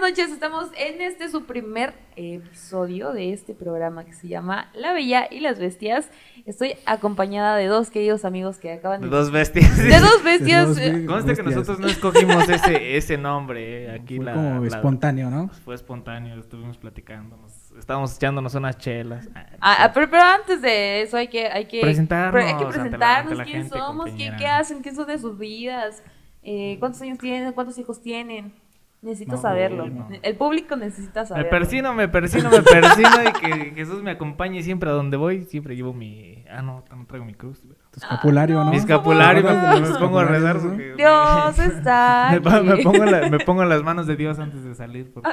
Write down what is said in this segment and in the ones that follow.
noches, estamos en este su primer episodio de este programa que se llama La Bella y las Bestias. Estoy acompañada de dos queridos amigos que acaban de... De dos bestias. De dos bestias. De dos be- Conste que Bestias. nosotros no escogimos ese, ese nombre. eh, Aquí Fue la- como la- espontáneo, ¿no? Fue espontáneo, estuvimos platicando, nos- estábamos echándonos unas chelas. Ah, ah, pero, pero antes de eso hay que... Hay que Presentarnos pre- hay que ante la- presentarnos ante la quiénes gente, somos, qué, compañera. qué hacen, quiénes son de sus vidas, eh, cuántos años tienen, cuántos hijos tienen. Necesito No, saberlo. no. El público necesita Me saberlo. persino, me persino, me persino y que Jesús me acompañe siempre a donde voy. Siempre llevo mi... Ah, no, no traigo mi cruz. Tu escapulario, no. ¿no? Mi Mis cap- escapulario, favor. me, me pongo a rezar Escapulario, porque... Dios está Me, pa- me aquí. pongo la- me pongo en las manos de Dios antes de salir porque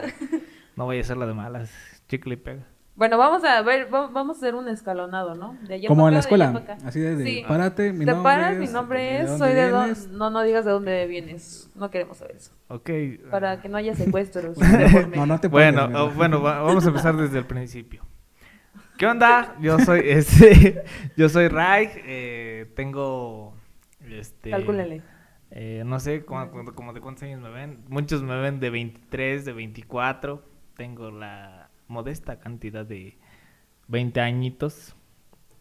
no voy a ser la de malas. Chicle y pega. Bueno, vamos a ver, va- vamos a hacer un escalonado, ¿no? De allá Como pa' en la acá, de allá escuela. pa' acá. Así desde, Sí. párate, mi Te nombre paras, mi es, nombre es, dónde soy de vienes? dónde. No, no digas de dónde vienes. No queremos saber eso. Ok. Para que no haya secuestros. Ah. No, no te bueno, pongas, oh, ¿verdad? bueno, va- vamos a empezar desde el principio. ¿Qué onda? Yo soy este, yo soy Ray, eh, tengo este Calcúlale. eh, no sé cómo- cómo- como de cuántos años me ven. Muchos me ven de 23, de 24. Tengo la modesta cantidad de 20 añitos.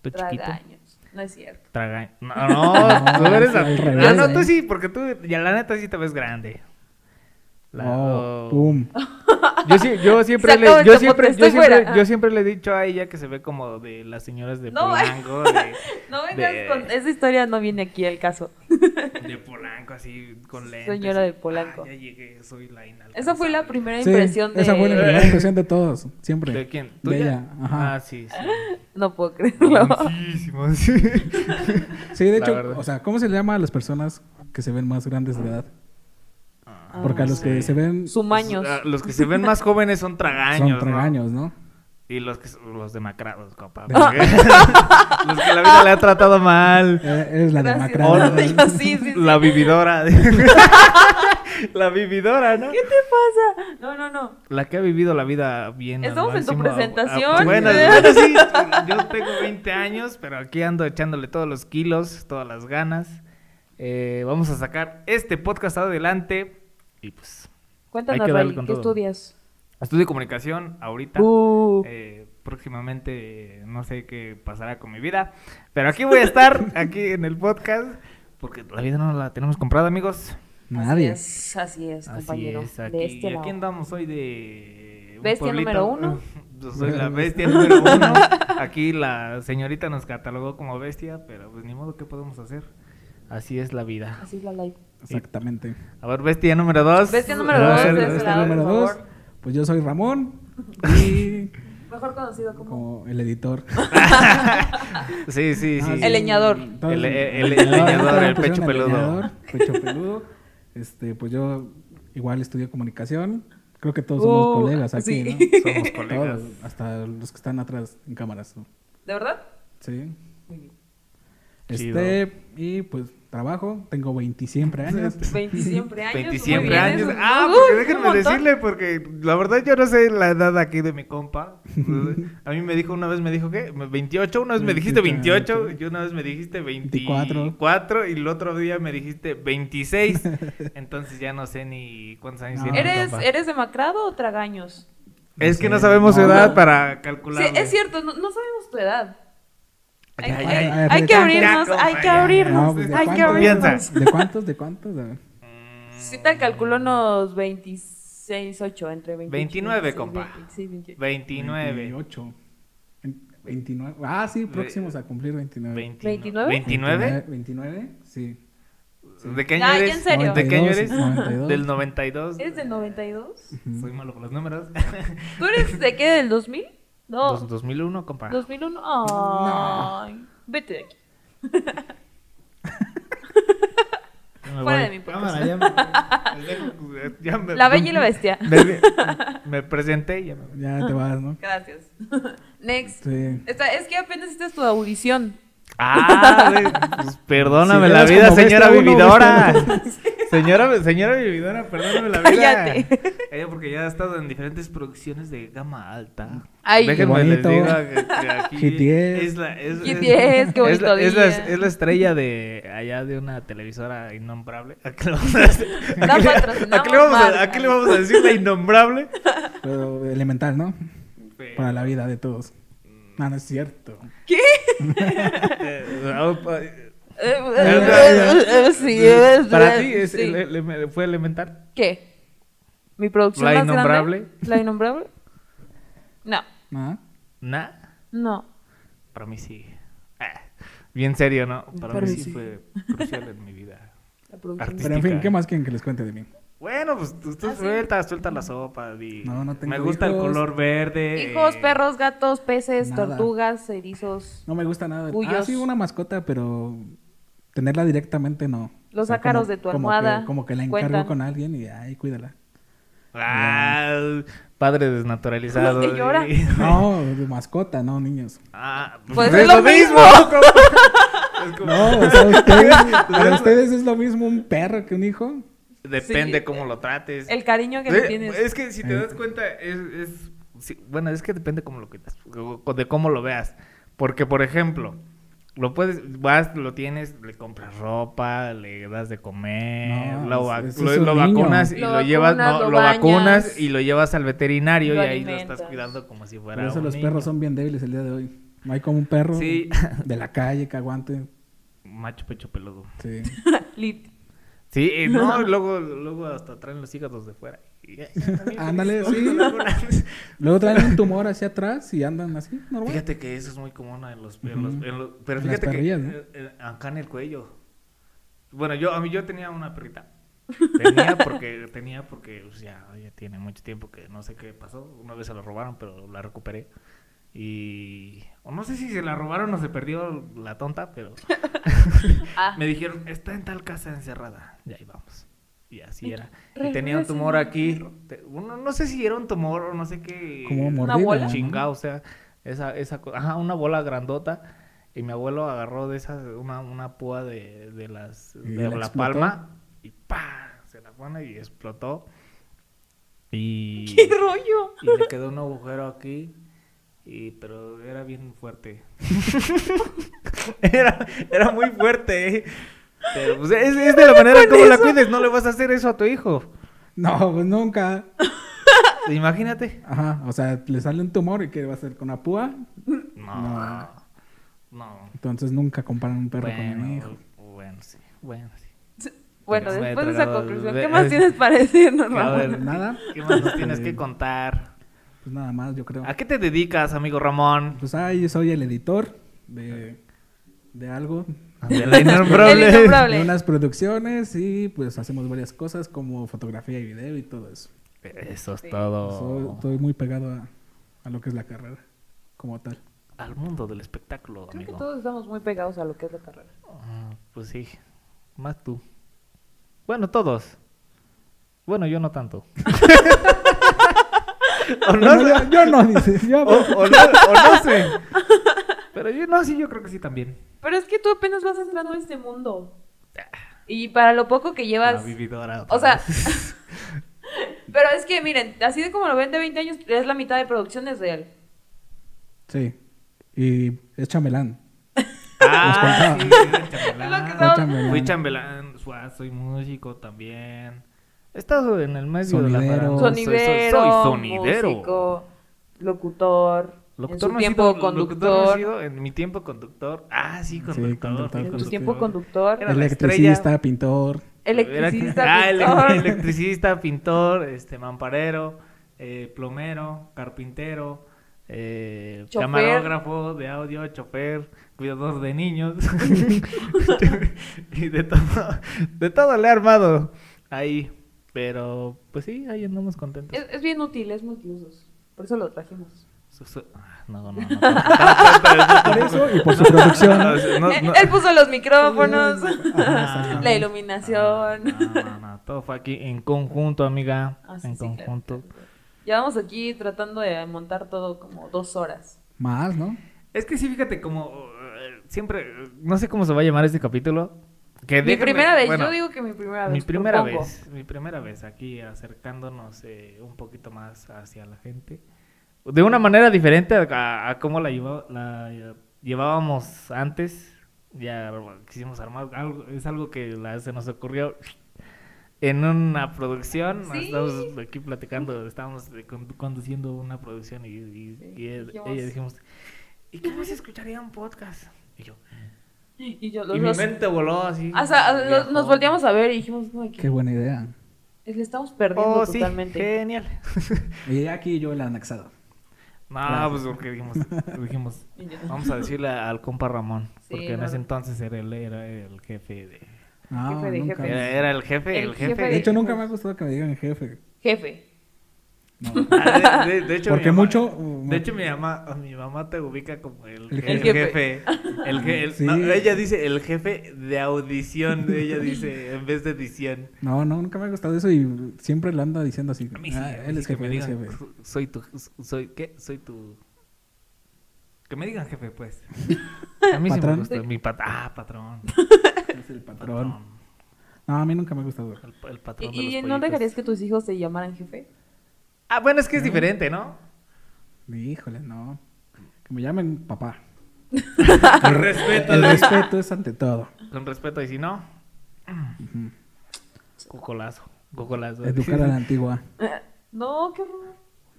Tú chiquito. Tragaños. No es cierto. Traga... No, no, tú No, eres es al a- revés, Ah, no, ¿eh? tú sí, porque tú ya la neta sí te ves grande. La- Oh, oh. pum. Yo, sí- yo siempre Se le, acabó yo este siempre, podcast, yo estoy siempre, fuera. yo siempre le he dicho a ella que se ve como de las señoras de No, Polanco, de, No vengas De- con. Esa historia no viene aquí al caso. de Polanco así con lentes. Señora de Polanco. Ah, ya llegué, soy la inalcanzable. Esa fue la primera Sí, impresión de. Esa fue la primera impresión de todos, siempre. ¿De quién? De ella, ajá. Ah, sí, sí. No puedo creerlo. Muchísimo, sí. Sí, de La hecho, verdad. o sea, ¿cómo se le llama a las personas que se ven más grandes de edad? Ah, Porque a los que se ven son Sumaños. ah, Los que se ven más jóvenes son tragaños. ¿no? tragaños, ¿no? Y los que los demacrados, compa. Ah. porque- los que la vida le ha tratado mal. Eh, Es la Gracias. demacrada. Hola. ¿no? Sí, sí, sí. La vividora. la vividora, ¿no? ¿Qué te pasa? No, no, no. La que ha vivido la vida bien. al Estamos en tu máximo, a- a- presentación. bueno, bueno, sí. Yo tengo 20 años, pero aquí ando echándole todos los kilos, todas las ganas. Eh, vamos a sacar este podcast adelante. Y pues, Hay Cuéntanos, que darle Ray, con ¿qué todo. estudias? estudio comunicación ahorita. Uh, Eh, próximamente eh, no sé qué pasará con mi vida, pero aquí voy a estar, aquí en el podcast, porque la vida no la tenemos comprada, amigos. Nadie. Así es, así es, Así compañero. es, aquí, de este lado. aquí andamos hoy de... un Bestia número uno. Yo soy la bestia número uno. Aquí la señorita nos catalogó como bestia, pero pues ni modo, ¿qué podemos hacer? Así es la vida. Así es la live. Exactamente. A ver, bestia número dos. Bestia número A dos, ver, de ese este lado, número por dos, favor. pues yo soy Ramón y Mejor conocido como. como el editor. Sí, sí, sí. Ah, sí. El leñador. Todos- El- e-, el- el leñador, el pecho pues peludo. leñador, pecho peludo. Este, pues yo igual estudié comunicación. Creo que todos somos Uh, colegas aquí, sí. ¿no? Somos colegas. Todos, hasta los que están atrás en cámaras. ¿no? ¿De verdad? Sí. Muy bien. Este, y pues trabajo, tengo 20 siempre años. 20 siempre años. 20 muy siempre bien, años. eso es- Ah, Uy, porque un déjenme montón. decirle, porque la verdad yo no sé la edad aquí de mi compa. A mí me dijo una vez, me dijo que 28, una vez me dijiste 28, y 28, una vez me dijiste 24, 24. y el otro día me dijiste 26. Entonces ya no sé ni cuántos años No. tiene. mi ¿Eres, compa. ¿Eres demacrado o tragaños? Es que no sé, sabemos su no. edad para calcular. Sí, es cierto, no, no sabemos tu edad. Hay, Ya, hay- ya, ya. hay que Ya, abrirnos, compa, hay que ya. No, abrirnos, pues, ¿de hay que cuántos? abrirnos. Piensa. ¿De cuántos? ¿De cuántos? A ver. Sí te calculo unos 26, 8, entre 28, 29, 26, compa. 26, 28. 29. 28. En- 29. Ah, sí, próximos a cumplir 29. 29. 29, 29. 29, sí. ¿De qué año Ya, ya en eres? serio. ¿De qué año 92, eres? 92. Del 92. ¿Eres del 92? Soy malo con los números. ¿Tú eres de qué? ¿Del 2000? No. Dos- 2001, compa. 2001. Ay, vete de aquí. Ya me Fuera voy. de mi podcast. Cámara, ya me- les dejo- ya me- La bella y la bestia. Me, me presenté y ya me voy. Ya Ah. te vas, ¿no? Gracias. Next. Sí. Esta- es que apenas esta es tu audición. Ah, güey, pues, perdóname Si la eras vida, como señora bestia uno, vividora. bestia Señora, señora vividora, perdóname la vida. Cállate. Ella porque ya ha estado en diferentes producciones de gama alta. Ay. Déjenme Qué les bonito. digo que- que aquí GTS. Es la, es, es- GTS, qué es la- bonito es la- día. es la estrella de allá de una televisora innombrable. ¿A qué le vamos a, No a qué le- patrocinamos a qué le vamos a- marca. a qué le vamos a decir la innombrable? Pero elemental, ¿no? Pero- Para la vida de todos. No, no es cierto. Eh, ah, pa- sí, es eh, Para ti es- sí. ele- ele- fue elemental. ¿Qué? ¿Mi producción La más grande? innombrable. ¿La innombrable? No, ¿No? Nah, no. para mí sí. Ah, bien serio, ¿no? Para, Para mí mí sí sí. fue crucial en mi vida. La producción. Artista. Pero en fin, ¿qué más quieren que les cuente de mí? Bueno, pues tú, tú Ah, sí. suelta, suelta la sopa. Di. No, no tengo Me gusta el hijos. color verde. Hijos, eh, perros, gatos, peces, nada. tortugas, erizos. No me gusta nada. Ah, Cuyos. sí, una mascota, pero tenerla directamente no. Los ácaros como- de tu como almohada que- Como que, la encargo cuentan. con alguien y ay, cuídala. ah, padre desnaturalizado. Que llora. eh. No, de mascota, no, niños. Ah, Pues es lo mismo. ¿cómo? Es como- No, o sea, ustedes, para ustedes es lo mismo un perro que un hijo. Depende Sí. cómo lo trates. El cariño que Eh, le tienes. Es que si te das cuenta, es. es- sí, bueno, es que depende cómo lo quitas, o- o de cómo lo veas. Porque, por ejemplo, lo puedes, vas, lo tienes, le compras ropa, le das de comer, No, lo, va- es- es lo- un lo niño. vacunas y Lo lo, llevas, vacunas, no, lo lo vacunas bañas, y lo llevas al veterinario lo y ahí lo alimentas. estás cuidando como si fuera. Por eso un los niño. perros son bien débiles el día de hoy. No hay como un perro Sí. de la calle que aguante. Macho pecho peludo. Sí. Lit. Sí, eh, no, luego, luego hasta traen los hígados de fuera. Y- eh, Ándale, sí. Luego traen un tumor hacia atrás y andan así, normal. Fíjate que eso es muy común en los, en los- en los- pero En las fíjate que parrillas, ¿no? eh, eh, acá en el cuello. Bueno, yo a mí yo tenía una perrita. Tenía porque tenía porque pues, ya, ya tiene mucho tiempo que no sé qué pasó. Una vez se la robaron, pero la recuperé. Y o no sé si se la robaron o se perdió la tonta, pero Ah. me dijeron, "Está en tal casa encerrada." Y ahí vamos. Y así era. Y Regresen, tenía un tumor aquí. Te- uno- no sé si era un tumor o no sé qué. Como ¿Una mordida, bola? ¿no? Chingado, o sea, esa, esa co- ajá, una bola grandota. Y mi abuelo agarró de esas, una, una púa de, de las, Y de la, la explotó. palma y pa, se la pone y explotó. Y, ¡Qué rollo! y le quedó un agujero aquí, y, pero era bien fuerte. era, era muy fuerte, ¿eh? Pero pues, es, es de la manera como la cuides, no le vas a hacer eso a tu hijo. No, pues nunca. Imagínate. Ajá, o sea, le sale un tumor y ¿qué va a hacer con una púa? No. No. Entonces nunca comparan un perro con un hijo. Bueno, sí. Bueno, sí. Bueno, Me he después de esa tragado el conclusión, de- ¿qué más tienes para decirnos, A Ramón? ver, nada. Este, ¿Qué más nos tienes que contar? Pues nada más, yo creo. ¿A qué te dedicas, amigo Ramón? Pues ahí soy el editor de, de algo. De la El innombrable. innombrable. De unas producciones y pues hacemos varias cosas como fotografía y video y todo eso. Eso es So- todo. estoy muy pegado a, a lo que es la carrera como tal. Al mundo del espectáculo, Creo que amigo. todos estamos muy pegados a lo que es la carrera. Ah, Pues sí. Más tú. Bueno, todos. Bueno, yo no tanto. O no No, sé. yo, yo no, dice. Yo, O, o no, o no sé. Pero yo no, sí, yo creo que sí también. Pero es que tú apenas vas entrando a este mundo. Y para lo poco que La llevas. vividora. otra O sea. vez. pero es que miren, así de como lo ven de 20 años, es la mitad de producción es real. Sí. Y es chamelán. Ah, sí, fui Es lo que chambelán. estaba- chamelán. Fui chambelán, suaz, soy músico también. He estado en el medio de la Sonidero. farándula. Soy- soy- Sonidero. Soy, sonidero. músico, locutor. en su no he tiempo sido- lo- locutor no he conductor. sido en mi tiempo conductor. Ah, sí, conductor. conductor, fui en su conductor. tiempo conductor. Era la Electricista, pintor. Electricista. Era- ah, ele- pintor. electricista, pintor, este, mamparero, eh, plomero, carpintero, eh, Chofer. camarógrafo de audio, chofer, cuidador de niños. y de todo, de todo le he armado ahí. Pero, pues sí, ahí andamos contentos. Es, es bien útil, es multiusos. Por eso lo trajimos. Su- su- ah, No, no, no. no, no, Por eso y por su producción. no, no, no. Él puso los micrófonos, Ajá, la iluminación. No, no, no, todo fue aquí en conjunto, amiga. Ah, sí, en sí, claro, conjunto. claro, claro. Llevamos aquí tratando de montar todo como dos horas. Más, ¿no? Es que sí, fíjate, como eh, siempre, eh, no sé cómo se va a llamar este capítulo, Que mi déjame- primera vez, bueno, yo digo que mi primera vez. Mi primera propongo. vez, mi primera vez aquí acercándonos eh, un poquito más hacia la gente. De una manera diferente a, a cómo la, lleva- la, eh, llevábamos antes. Ya bueno, quisimos armar algo, es algo que la- se nos ocurrió en una producción. Sí. Estábamos aquí platicando, estábamos eh, con- conduciendo una producción y, y- Sí, y él- dijimos- ella dijimos, ¿y qué más escucharía un podcast? Y yo, Y yo, los y mi dos. mente voló así. o sea, los- nos viajó. volteamos a ver y dijimos, no, Qué que buena idea. le estamos perdiendo Oh, sí, totalmente. genial. Y aquí yo el anaxado. No, Claro. pues porque dijimos, dijimos, Y yo, vamos a decirle al compa Ramón, Sí, porque en claro. ese entonces era él era el jefe de... Ah, Jefe de nunca. jefes. Era, era el jefe, el, El jefe. jefe De hecho, nunca me ha gustado que me digan jefe. Jefe. No. Ah, de, de- de hecho, Porque mi mamá- mucho- uh, De hecho, mi mamá, mi mamá te ubica como el, El je- el jefe. jefe. El je- el- Sí. no, ella dice el jefe de audición, ella dice, en vez de edición. No, no, nunca me ha gustado eso y siempre le anda diciendo así. A mí sí, a "Ah, mí él sí es que jefe, me él es digan, jefe. soy tu, soy, ¿qué? Soy tu... Que me digan jefe, pues. A mí sí me ¿Patrón? gusta, mi pat... ah, patrón. Es el patrón. Patrón. No, a mí nunca me ha gustado. El, el patrón de ¿Y, y los no pollitos. dejarías que tus hijos se llamaran jefe? Ah, bueno, es que es diferente, ¿no? Híjole, no. Que me llamen papá. Con respeto. El ¿no? respeto es ante todo. Con respeto, y si no... Cocolazo. Cocolazo. Educar a la antigua. No, qué horror.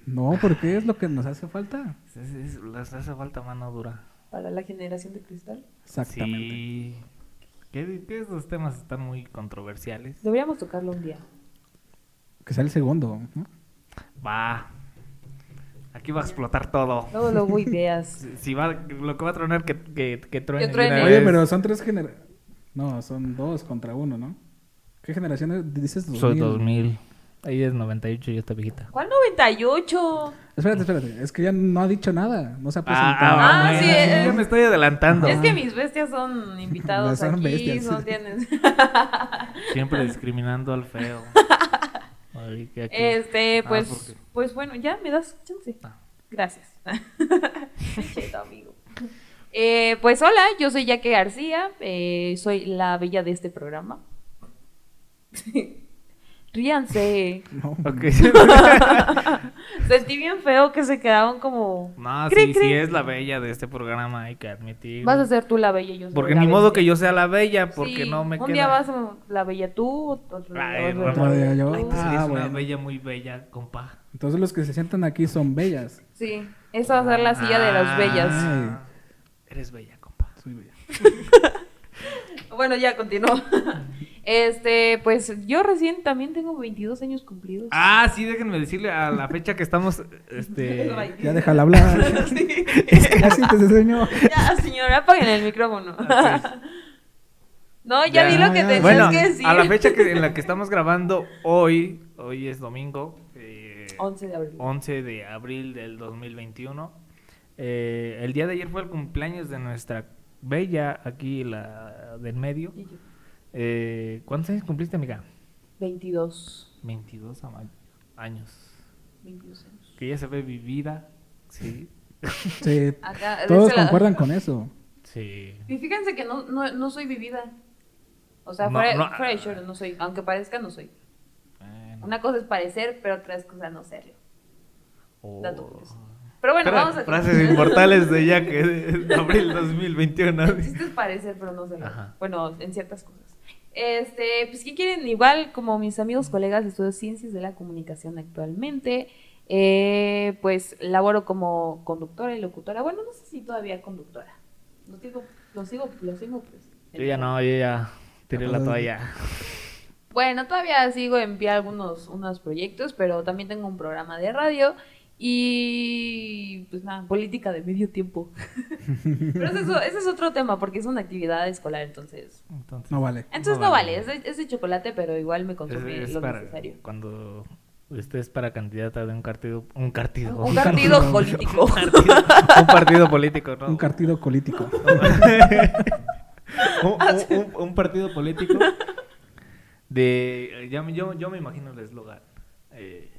No, porque es lo que nos hace falta. Es- es- es- Les hace falta mano dura. Para la generación de cristal. Exactamente. Sí. Que, que esos temas están muy controversiales. Deberíamos tocarlo un día. Que sea el segundo. ¿no? Va. Aquí va a explotar todo. Luego, luego ideas. Si- Si va, lo que va a tronar, que, que, que truene. de truene. una Oye, vez. pero son tres generaciones. No, son dos contra uno, ¿no? ¿Qué generación dices? Soy 2000. 2000. Ahí es 98 y está viejita. ¿Cuál 98? Espérate, espérate. Es que ya no ha dicho nada. No se ha Ah, presentado. Ah, bueno, sí, es- ya me estoy adelantando. Es que mis bestias son invitados Son aquí, bestias. no tienes. Siempre discriminando al feo. Ay, que aquí- Este, Ah, pues, porque- pues bueno, ya me das chance. Ah. Gracias. Cheto, amigo. Eh, pues hola, yo soy Yaque García, eh, soy la bella de este programa. Ríanse. Ah, No, eh. Sentí bien feo que se quedaban como. No, Cri, sí, cri. sí es la bella de este programa, hay que admitir. Vas a ser tú la bella, yo soy Porque la ni modo bestia. que yo sea la bella, porque Sí, no me Un queda. día vas a la bella tú, otro día Ay, vas a Ramón, la bella yo- tú. Ay, pues. tú sí Ah, eres una bueno. bella muy bella, compa. Entonces los que se sientan aquí son bellas. Sí, esa va a ser la silla de las bellas. Ah, Eres bella, compa. Soy bella. Bueno, ya continúo. Este, pues yo recién también tengo 22 años cumplidos. Ah, sí, déjenme decirle a la fecha que estamos, este... Ay, Ya déjala hablar. sí. ya siéntese, señor. Ya, señora, apaguen el micrófono. Ah, No, ya di lo que Ya, tenías Bueno, que decir. a la fecha que, en la que estamos grabando hoy, hoy es domingo, eh, 11 de abril. 11 de abril del 2021. Eh, el día de ayer fue el cumpleaños de nuestra bella aquí, la del medio. Y yo, Eh, ¿Cuántos años cumpliste, amiga? 22. 22 ama- años. 22 años. Que ya se ve vivida. Sí. Sí, Acá, todos dése la- concuerdan con eso. Sí. Y fíjense que no, no, no soy vivida. O sea, No, fuera, no, fuera de ah. short no soy. Aunque parezca, no soy. Bueno. Una cosa es parecer, pero otra es cosa no serlo. Oh. dato curioso. Pero bueno, Fra- vamos a... Frases inmortales de Jack eh, de abril 2021. El chiste es parecer, pero no serlo. Ajá. Bueno, en ciertas cosas. Este, pues, ¿qué quieren? Igual, como mis amigos, colegas, estudio ciencias de la comunicación actualmente. Eh, pues, laboro como conductora y locutora. Bueno, no sé si todavía conductora. Lo sigo, lo sigo, lo sigo, pues. Yo ya no, yo ya tiré la toalla. Bueno, todavía sigo en pie algunos unos proyectos, pero también tengo un programa de radio y pues nada, política de medio tiempo. pero ese es, o- ese es otro tema porque es una actividad escolar, entonces. Entonces, No vale. Entonces No no, vale. vale, es, de, es de chocolate, pero igual me consumí es, es lo para necesario. cuando estés para candidata de un partido, un partido, Un partido partido. político. un partido político, ¿no? Un partido político. Un- un- un- un partido político de, ya me- yo, yo me imagino el eslogan, eh,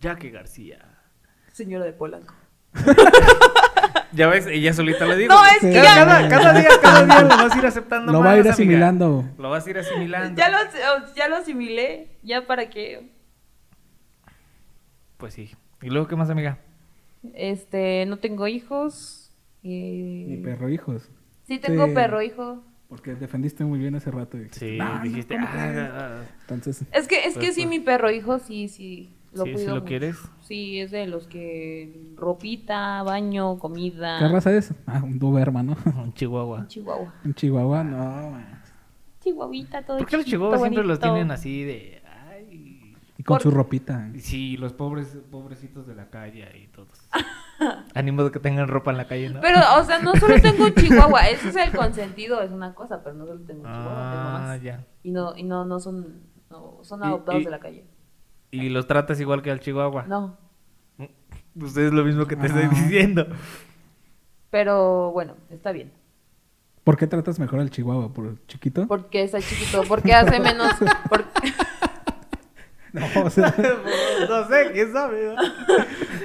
Jaque García, Señora de Polanco. Ya ves, ella solita le digo. No, es que cada, ya- cada, cada día, cada día lo vas a ir aceptando Lo más, va a ir amiga. asimilando. Lo vas a ir asimilando. Ya lo, oh, ya lo asimilé, ya para que Pues sí. ¿Y luego qué más, amiga? este no tengo hijos. eh, Ni perro hijos. Sí tengo Sí. perro hijo. Porque defendiste muy bien hace rato. y dijiste, Sí, "No, no, dijiste. ¿cómo "Ah, ah, crees?". ah". Entonces, Es que es que sí mi perro hijo sí sí lo Pues, Sí, sí cuido. lo mucho. quieres. Sí, es de los que ropita, baño, comida. ¿qué raza es? Ah, un Doberman, ¿no? Un chihuahua. Chihuahua. Un Chihuahua, no, man. Chihuahuita todo ¿Por qué los chiquito, chihuahuas siempre los bonito. tienen así de. Ay. Y con Por- su ropita. Sí, los pobres, pobrecitos de la calle y todos. Ánimo de que tengan ropa en la calle, ¿no? Pero, o sea, no solo tengo un chihuahua, ese es el consentido, es una cosa, pero no solo tengo un chihuahua, tengo Ah, más. ya. Y no, y no, no son, no, son Y- adoptados y- Ah. de la calle. ¿Y los tratas igual que al chihuahua? No. Ustedes lo mismo que te estoy Ah. diciendo. Pero bueno, está bien. ¿Por qué tratas mejor al Chihuahua? ¿Por chiquito? Porque está chiquito, porque hace menos, por- No, o sea, no sé, quién sabe. ¿no?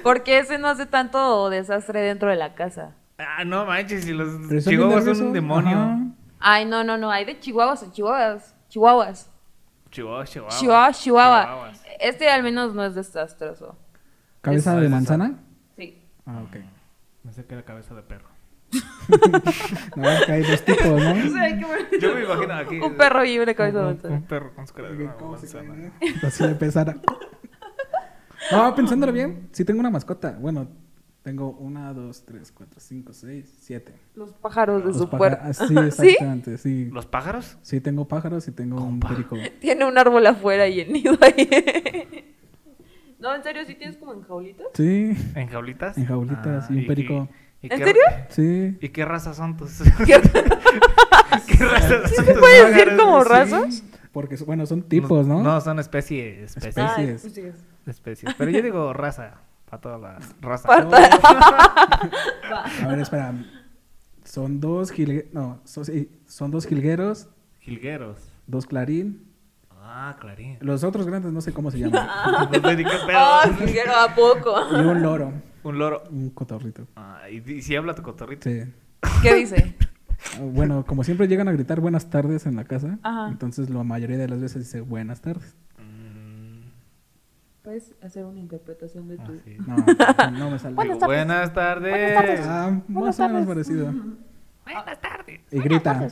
porque ese no hace tanto desastre dentro de la casa. Ah, no manches, si los pero son bien chihuahuas son un nerviosos. demonio. Ajá. Ay, no, no, no, hay de chihuahuas a chihuahuas, chihuahuas, Chihuahua, chihuahua. chihuahua, chihuahua. Chihuahuas. Este al menos no es desastroso. ¿Cabeza Eso, de eso. manzana? Sí. Ah, ok. No sé qué era cabeza de perro. No, es que hay dos tipos, O ¿no? sea, qué bueno. Yo me imagino aquí. Un perro y una cabeza de manzana. Un perro con su cara de ¿Cómo se manzana. cae? Así de pesada. No, pensándolo bien, sí tengo una mascota. Bueno, tengo una, dos, tres, cuatro, cinco, seis, siete. Los pájaros de Los su pájaros- puerta. ah, Sí, exactamente, sí. ¿Los pájaros? Sí, tengo pájaros y tengo un perico. Tiene un árbol afuera y el nido ahí. no, en serio, sí tienes como en jaulitas. Sí, ¿En jaulitas? En jaulitas, y un perico. qué- y ¿En qué- serio? sí. ¿Y qué razas son tus? ¿Qué- ¿Qué razas son se tus puede decir pájaros? como Sí, razas? Porque, son- bueno, son tipos, ¿no? No, son especies. Especies. Especies. Ay, pues sí es. especies. Pero yo digo raza. Para toda la raza. Para No. A ver, espera. Son dos jilgueros. No, son, sí, son dos jilgueros, Jilgueros. dos clarín. Ah, clarín. Los otros grandes no sé cómo se llaman. No sé ni qué pedo. Ah, jilguero, ¿a poco? Y un loro, Un loro. un cotorrito. Ah, y, di- si habla tu cotorrito. Sí. ¿Qué dice? Bueno, como siempre llegan a gritar buenas tardes en la casa, Ajá. entonces la mayoría de las veces dice buenas tardes. Mm, Puedes hacer una interpretación de tu. así. No, no me sale. Digo, Buenas tardes. Ah, más o menos parecido. Buenas tardes. Y grita.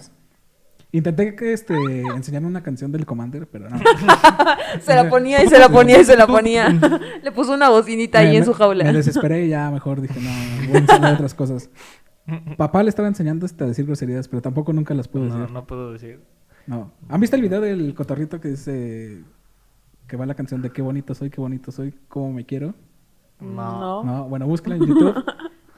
Intenté que, este, enseñarme una canción del Commander, pero no. Se la ponía y se la ponía y se la ponía. Le puso una bocinita ahí Me- en su Me jaula. desesperé y ya mejor dije, no, voy a enseñar otras cosas. Papá le estaba enseñando hasta decir groserías, pero tampoco nunca las pudo No, decir. no puedo decir. No. ¿Han visto el video del cotorrito que dice que va la canción de qué bonito soy, qué bonito soy, cómo me quiero? Oh. No. No, bueno, búscala en YouTube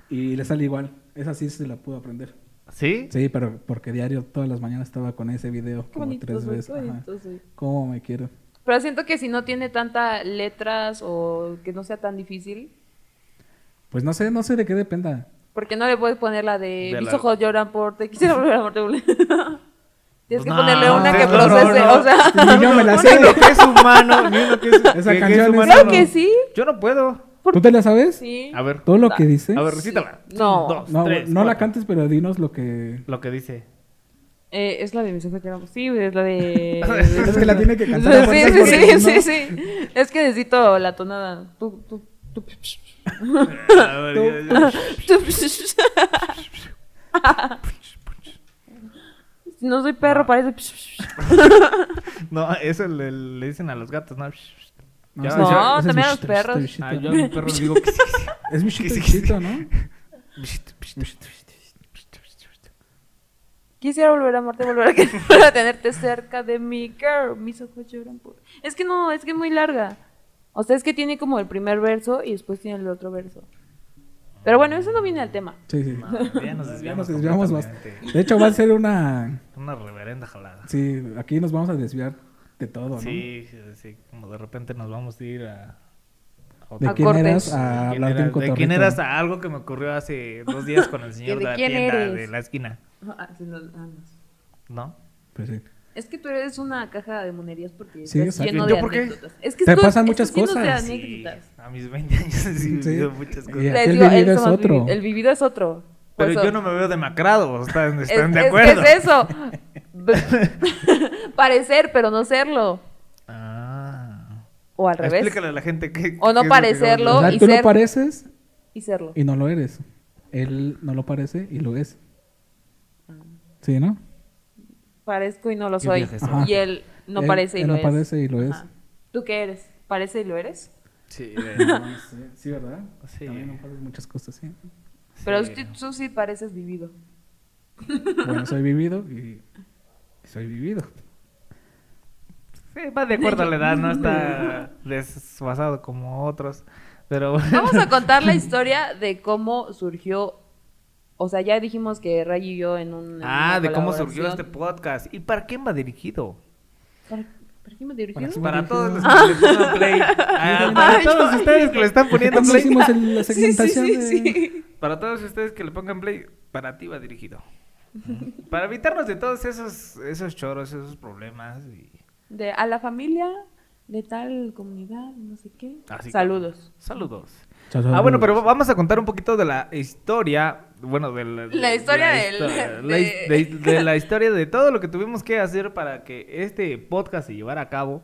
y le sale igual. Esa sí se la pudo aprender. ¿Sí? Sí, pero porque diario todas las mañanas estaba con ese video Qué como bonito tres soy, veces. qué Ajá. bonito soy. ¿Cómo me quiero? Pero siento que si no tiene tanta letras o que no sea tan difícil, Pues no sé, no sé de qué dependa. Porque no le puedes poner la de, De mis la- ojos lloran por te quisiera volver a amarte. volver". Tienes que No, ponerle una no, que no, procese, no, no. o sea. Ni yo me la Ni sé. uno que es humano, ni uno que es, que- que es canción es- humano. Claro no. que sí. Yo no puedo. ¿Por ¿Tú te la sabes? Sí. A ver. Todo lo que dice. A ver, recítala. No. Un, dos, no, tres, no la cuatro. cantes, pero dinos lo que. Lo que dice. Eh, es la de mis ojos lloran. Sí, es la de. Es que la tiene que Sí, cantar. a fuerzas sí, sí, porque sí, no- sí. Es que necesito la tonada. Tú, tú, tú. A ver, Tú- yo- yo- tú. No soy Ah. perro, parece. No, eso le, le dicen a los gatos, ¿no? No, Ya, ese- No, ese es mi también a los chito, perros. este bichito. Ah, yo a mi perro le digo que sí. Es mi chito, sí, el sí. chito, ¿no? Quisiera volver a amarte, volver a, querer, volver a tenerte cerca de mi girl. Mis ojos lloran por. Es que no, es que es muy larga. O sea, es que tiene como el primer verso y después tiene el otro verso. Pero bueno, eso no viene al tema. Sí, sí. No, ya nos Ya desviamos nos desviamos más. completamente. De hecho, va a ser una. Una reverenda jalada. Sí, aquí nos vamos a desviar de todo, ¿no? Sí, sí, como de repente nos vamos a ir a... a ¿De A quién cortes. eras ¿De a quién hablar de un eras? cotorrito? ¿De quién eras a algo que me ocurrió hace dos días con el señor ¿De de la quién tienda eres? de la esquina? Ah, sí, no, ah, no. ¿No? Pues sí. Es que tú eres una caja de monerías porque Sí, estás exacto. lleno ¿Yo de por qué? anécdotas. Es que Te estás- pasan muchas estás lleno cosas. De Sí, anécdotas. a mis 20 años sí, he Sí. vivido muchas Y cosas. ya. Les El digo, él vivido es somos vivi- otro. El vivido es otro. Por Pero eso- yo no me veo demacrado, ¿están, Es- están es- de acuerdo? Es, eso. B- Parecer, pero no serlo. Ah. O al revés. Explícale a la gente que... O no parecerlo. O sea, y tú ser- lo pareces Y serlo. y no lo eres. Él no lo parece y lo es. Sí, ¿no? Parezco y no lo Qué soy. vieja soy. Ajá. Y él no Él- parece y él lo no es. parece y lo es. Ajá. ¿Tú qué eres? ¿Parece y lo eres? Sí, eh, Sí, ¿verdad? Sí. También no parece muchas cosas, sí. Pero tú, tú sí pareces vivido. Bueno, soy vivido y soy vivido. Sí, eh, va de acuerdo a la edad, no está desfasado como otros. Pero bueno, Vamos a contar la historia de cómo surgió. O sea, ya dijimos que Ray y yo en un. en Ah, una de cómo surgió colaboración. este podcast. ¿Y para quién va dirigido? ¿Para, para quién me dirigió? Para- Para dirigido? todos los que le pusieron play. Ah, para Ay, todos yo- ustedes que le están poniendo Cuando play. hicimos el- la segmentación sí, de- sí, sí, Para todos ustedes que le pongan play, para ti va dirigido. Para evitarnos de todos esos, esos choros, esos problemas. y- De, a la familia de tal comunidad, no sé qué. Así que- Saludos. Saludos. Chao, chao, Ah, bueno, saludos. pero vamos a contar un poquito de la historia. Bueno, de la, de La historia la del- histo- de- la his- de- de la historia de todo lo que tuvimos que hacer para que este podcast se llevara a cabo.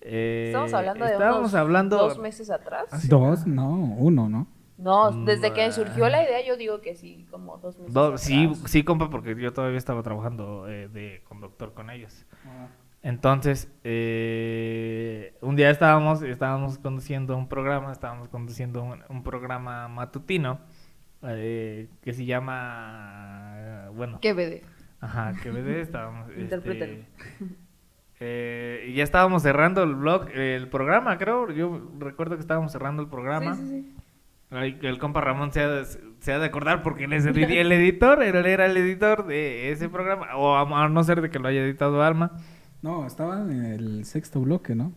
Eh, Estamos hablando de estábamos unos hablando dos meses atrás. Ah, Dos, no, uno, ¿no? No, desde que Mm, surgió la idea, yo digo que sí, como dos meses. Do- sí, atrás. sí, compa, porque yo todavía estaba trabajando eh, de conductor con ellos. Entonces, eh, un día estábamos, estábamos conduciendo un programa, estábamos conduciendo un, un programa matutino eh, que se llama, eh, bueno, Qué bebé. ajá, que bebé, estábamos, este, Interprétalo. eh, y ya estábamos cerrando el blog, el programa, creo, yo recuerdo que estábamos cerrando el programa. Sí, sí, sí. Ay, que el compa Ramón se ha, de- se ha de acordar porque él es el, edi- el editor, él era el editor de ese programa, o a, a no ser de que lo haya editado Alma. No, estaba en el sexto bloque, ¿no?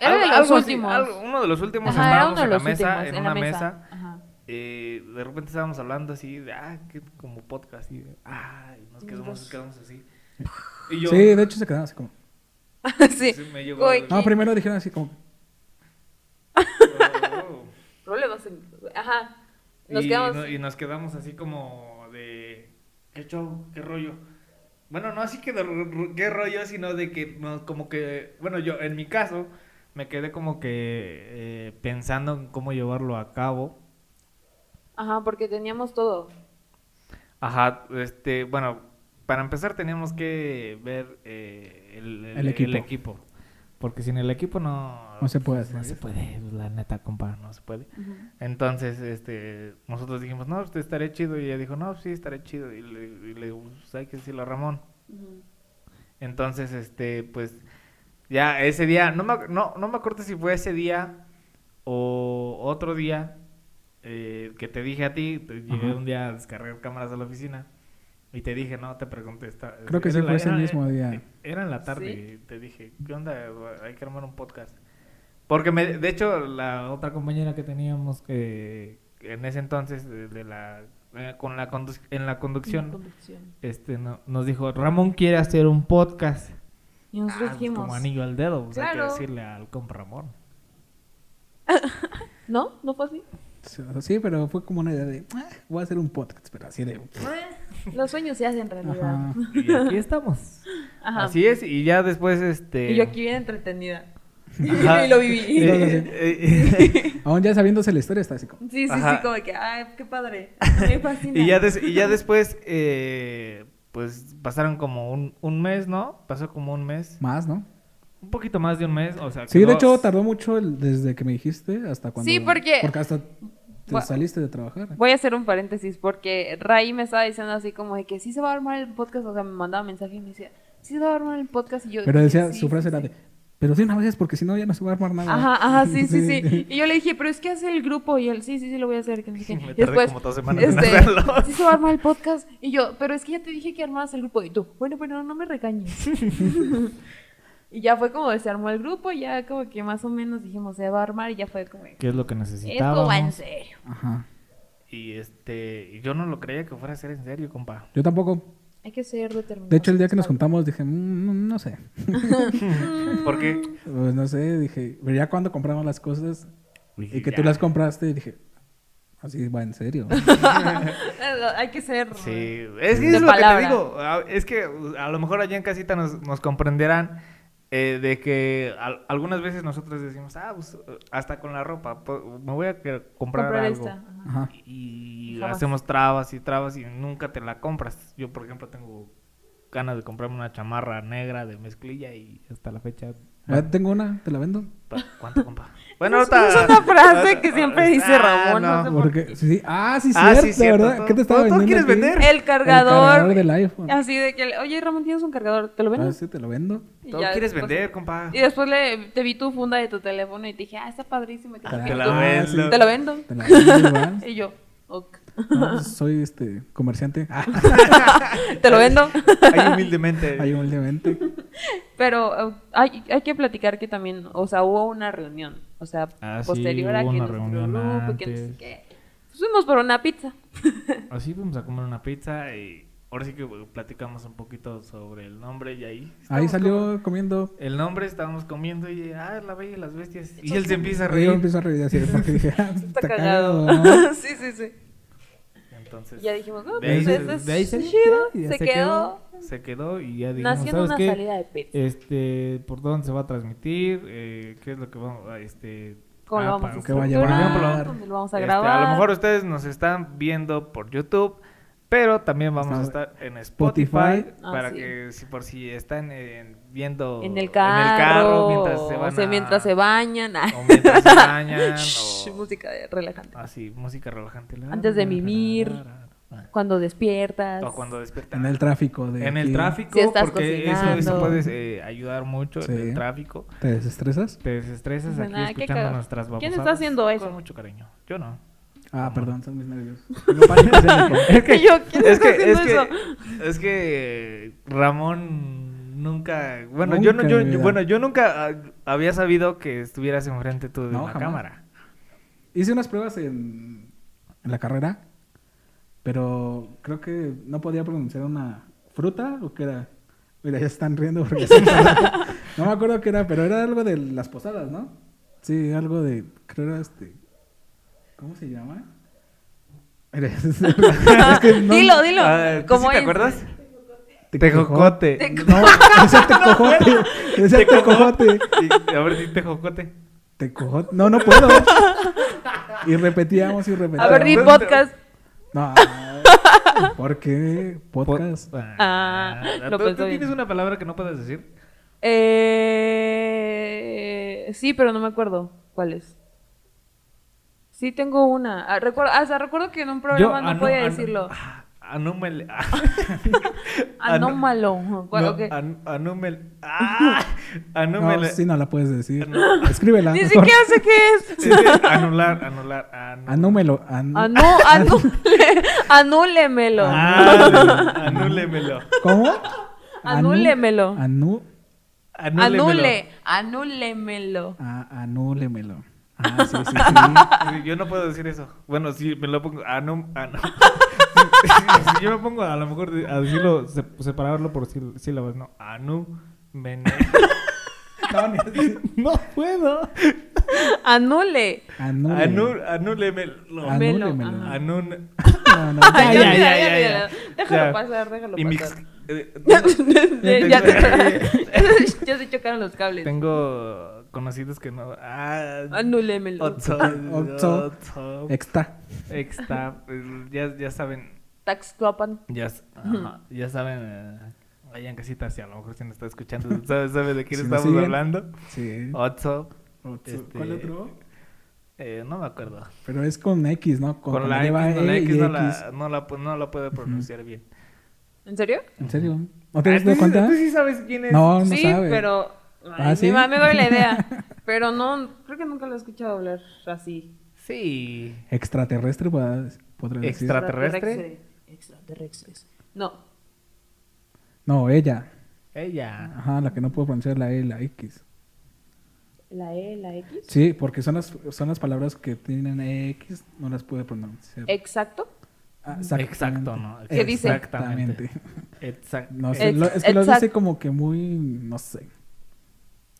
Era de Algo- los algo así, últimos. algo- uno de los últimos Ajá, era estábamos uno de en la los mesa, últimos, en, en la una mesa, Ajá. eh, de repente estábamos hablando así, de, ah, que, como podcast, y de, ah, y nos quedamos, nos quedamos así. Y yo, Sí, de hecho se quedaron así como. sí. sí, me llegó Güey, el- No, primero dijeron así como. oh. Problemas. en- Ajá. Nos y, quedamos. no- y nos quedamos así como de. ¿Qué show? ¿Qué rollo? Bueno, no así que de ro- ro- qué rollo, sino de que no, como que. Bueno, yo en mi caso me quedé como que eh, pensando en cómo llevarlo a cabo. Ajá, porque teníamos todo. Ajá, este, bueno, para empezar teníamos que ver eh, el, El equipo. equipo. Porque sin el equipo no... No se puede No hacer. se puede, la neta, compa, no se puede. Entonces, este, nosotros dijimos, no, pues, estaré chido. Y ella dijo, no, pues, sí, estaré chido. Y le, y le digo, "Pues, hay que decirlo a Ramón. Ujú. Entonces, este, pues, ya ese día, no me, ac- no, no me acuerdo si fue ese día o otro día eh, que te dije a ti, te- llegué Ajá. un día a descargar cámaras a la oficina y te dije, no, te pregunté. Esta, Creo que era sí en fue ese era- mismo día. eh, Era en la tarde ¿Sí? y te dije, ¿qué onda? Hay que armar un podcast. Porque, me, de hecho, la otra compañera que teníamos que en ese entonces, de, de la, eh, con la conduc- en la conducción, Conducción. este, no- nos dijo, Ramón quiere hacer un podcast. Y nosotros Ah, pues, dijimos. como anillo al dedo, pues, hay Claro. que decirle al compa Ramón. ¿No? ¿No fue así? Sí, pero fue como una idea de. "Ah, Voy a hacer un podcast, pero así de. Los sueños se hacen realidad. Ajá. Y aquí estamos. Ajá. Así es, y ya después, este... Y yo aquí bien entretenida. Ajá. y lo viví. Eh, eh, eh, Aún ya sabiéndose la historia, está así como. Sí, sí, Ajá. sí, como que, ay, qué padre. Me fascina. y, ya des- y ya después, eh, pues, pasaron como un, un mes, ¿no? Pasó como un mes. Más, ¿no? Un poquito más de un mes, o sea... que Sí, de no- hecho tardó mucho el- desde que me dijiste hasta cuando. Sí, porque- Porque hasta te Gua- saliste de trabajar. Voy a hacer un paréntesis porque Ray me estaba diciendo así como de que sí se va a armar el podcast. O sea, me mandaba mensaje y me decía, sí se va a armar el podcast. Y yo, Pero decía, sí, su sí, frase sí. era de. Pero sí, una vez, porque si no ya no se va a armar nada. Ajá, ajá, sí, sí, sí. Y yo le dije, pero es que hace el grupo. Y él, sí, sí, sí, lo voy a hacer. Que no sé qué. Me Y tardé después, como dos semanas en este, hacerlo. Sí, se va a armar el podcast. Y yo, pero es que ya te dije que armas el grupo. Y tú, bueno, bueno, no me regañes. y ya fue como se armó el grupo. Ya como que más o menos dijimos, se va a armar. Y ya fue como, ¿Qué es lo que esto va en necesitábamos? serio. Ajá. Y, este... y yo no lo creía que fuera a ser en serio, compa. Yo tampoco. Hay que ser determinados. De hecho, el día que nos juntamos dije, "Mm, no, no sé. Mm. ¿Por qué? Pues no sé, dije, pero ya cuando compramos las cosas y que tú Ya. las compraste, dije, así va en serio. Hay que ser. Sí, es que De es lo palabra. que te digo. a- Es que uh, a lo mejor allá en casita nos, nos comprenderán eh, de que al- algunas veces nosotros decimos, ah, pues, uh, hasta con la ropa, po- me voy a que- comprar, Comprar algo. esta. ajá. Ajá. Y Jamás. hacemos trabas y trabas y nunca te la compras. Yo, por ejemplo, tengo ganas de comprarme una chamarra negra de mezclilla y hasta la fecha. Ya tengo una, te la vendo. pa- ¿Cuánto, compa? Bueno, Es- es una frase que siempre dice Ramón, no sé Porque, sí, sí. Ah, sí, Ah, cierto, sí, cierto, ¿verdad? todo- ¿Qué te estaba todo- todo vendiendo? quieres aquí? vender. El El cargador. del iPhone. Así de que, oye, Ramón, tienes un cargador, ¿te lo Ah, vendes? sí, te lo vendo. Y Todo ya pues, quieres después- vender, compa. Y después le, te vi tu funda de tu teléfono y te dije, ah, está padrísimo. y te dije, te la "Tú, vendo. Te lo vendo. Te la vendo, igual. Y yo, ok. No, pues, soy este comerciante. Ah, Te lo vendo. Ahí humildemente. hay un evento. Pero eh, hay, hay que platicar que también, o sea, hubo una reunión. O sea, Ah, sí, posterior a hubo que una nuestro reunión grupo, que no sé antes. qué. Pues fuimos por una pizza. Así fuimos a comer una pizza y ahora sí que platicamos un poquito sobre el nombre y ahí. Ahí estábamos salió como- comiendo. El nombre, estábamos comiendo y ah, la bella y las bestias. Y Eso él se empieza a Ahí yo reír. empiezo a reír así porque dije, ah, Está, está cagado. cagado. sí, sí, sí. Entonces Y ya dijimos, no, De pues ahí- este es de ahí se- chido. ya Se se quedó se quedó y ya dijimos, naciendo ¿sabes una qué? salida de pizza. Este, ¿por dónde se va a transmitir? Eh, ¿Qué es lo que vamos a, este... ¿Cómo lo ah, vamos a para- ¿Qué va a estructurar? llevar? ¿Dónde lo vamos a Este, grabar? a lo mejor ustedes nos están viendo por YouTube, pero también vamos a Está- estar en Spotify, Spotify. Ah, para sí. que si por si están eh, viendo en el carro, mientras se van o sea, a- mientras se bañan, ah. o Ah. mientras se bañan Shh, o música de- relajante. así música relajante. Antes de mimir. Cuando despiertas, O cuando despiertan. En el tráfico. De En el aquí. tráfico, Si estás porque eso, cocinando. eso puede eh, ayudar mucho en Sí. el tráfico. ¿Te desestresas? Te desestresas Dicen, aquí "Ay, qué escuchando cagado". nuestras babosadas. ¿Quién está haciendo eso? Con mucho cariño. Yo no. Ah, perdón, son mis nervios. Tengo pánico escénico. Es Y yo, ¿quién es está que, haciendo es que, eso? es que Ramón nunca, bueno, yo no, Nunca yo, en mi vida. bueno, yo nunca ah, había sabido que estuvieras enfrente tú de No, una jamás. cámara. Hice unas pruebas en, en la carrera, pero creo que no podía pronunciar una fruta o qué era. Mira, ya están riendo porque se acordaron. No me acuerdo qué era, pero era algo de las posadas, ¿no? Sí, algo de. Creo era este. ¿Cómo se llama? Mira, es- es que no- Dilo, dilo. Ah, ¿tú ¿Cómo sí ¿Te es? acuerdas? Tejocote. Tejocote. No, ese tecojote. Ese tecojote. Y- A ver, di tejocote. Tecojote. No, no puedo. Y repetíamos y A repetíamos. ver, di podcast. No. ¿Por qué? Podcast. Ah, lo ¿Tú, pensó tú bien. tienes una palabra que no puedes decir? Eh, sí, pero no me acuerdo cuál es. Sí, tengo una. Ah, recuerdo, hasta recuerdo que en un programa no anó- podía anó- decirlo. ah, Anúmel. ah, anó- Anómalo. Ah, Bueno, no, ok. an- Anúmel. ah, No, Anúmel. sí, no la puedes decir. Ah, No. Escríbela. Ni mejor. siquiera sé qué es. Sí, sí, anular, anular. anular. Anúmelo. an- Anú, anúle- anúlemelo. Ah, anúlemelo. ¿Cómo? Anúlemelo. Anú. Anúlemelo. Anule, anúlemelo. ah, anúlemelo. Ah, sí, sí, sí. Sí, Yo no puedo decir eso. Bueno, si me lo pongo. Anum, anum. si yo me pongo a lo mejor de- a decirlo, se- separarlo por sí- sílabas, no. Anúmeno. No, ni así. no puedo. Anule. Anúlemelo. Anú, anúlemelo. Anu- Anúlemelo. Melo, Anún. No, no, ya, ya, ya. ya, ya, ya. Déjalo Ya. pasar, déjalo Y mix. pasar. eh, Ya, ya te- ya se chocaron los cables. Tengo conocidos que no. Ah, Anúlemelo. Otso. Otso. Otso. Extra. Extra. eh, Ya, ya saben. Taxcuapan. Ya, s- ajá, ya saben, eh, allá en casita, si a lo mejor si nos está escuchando, sabe, sabe de quién Si nos estamos siguen. hablando. Sí. Otso, Otso. este- ¿Cuál otro? eh, no me acuerdo. Pero es con X, ¿no? Con, la, X, lleva no, la E X y no la, no la, pu- no la puedo pronunciar bien. ¿En serio? ¿En serio? ¿No Ah, te has tú, dado sí- cuenta? tú sí sabes quién es. No, no sí, sabe. pero. Ah, ay, ¿sí? Mi mamá me doy la idea. Pero no, creo que nunca lo he escuchado hablar así. Sí. Extraterrestre, podrás- podrás decir. Extra- ¿Extraterrestre? Extraterrestres. No. No, ella. Ella. Ajá, la que no puedo pronunciar la E, la X. La E, la X. Sí, porque son las, son las palabras que tienen E, X, no las puede pronunciar. Exacto. Ah, Exacto, ¿no? ¿Qué dice? Exactamente. Exactamente. Exacto. No sé, Ex- lo- es que lo exacto. dice como que muy, no sé.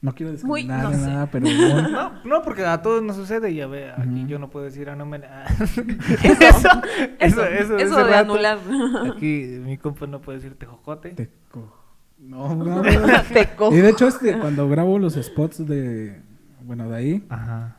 No quiero Muy, discriminar no ni sé. nada, pero muy- No, no, porque a todos nos sucede. Ya ve, aquí Ujú. yo no puedo decir, ah, no me. ah". Eso, eso, eso, eso de eso ese de rato. anular. Aquí mi compa no puede decir tejocote. te co- No, no, no. Te cojo. Y de hecho, este, cuando grabo los spots de, bueno, de ahí, Ajá.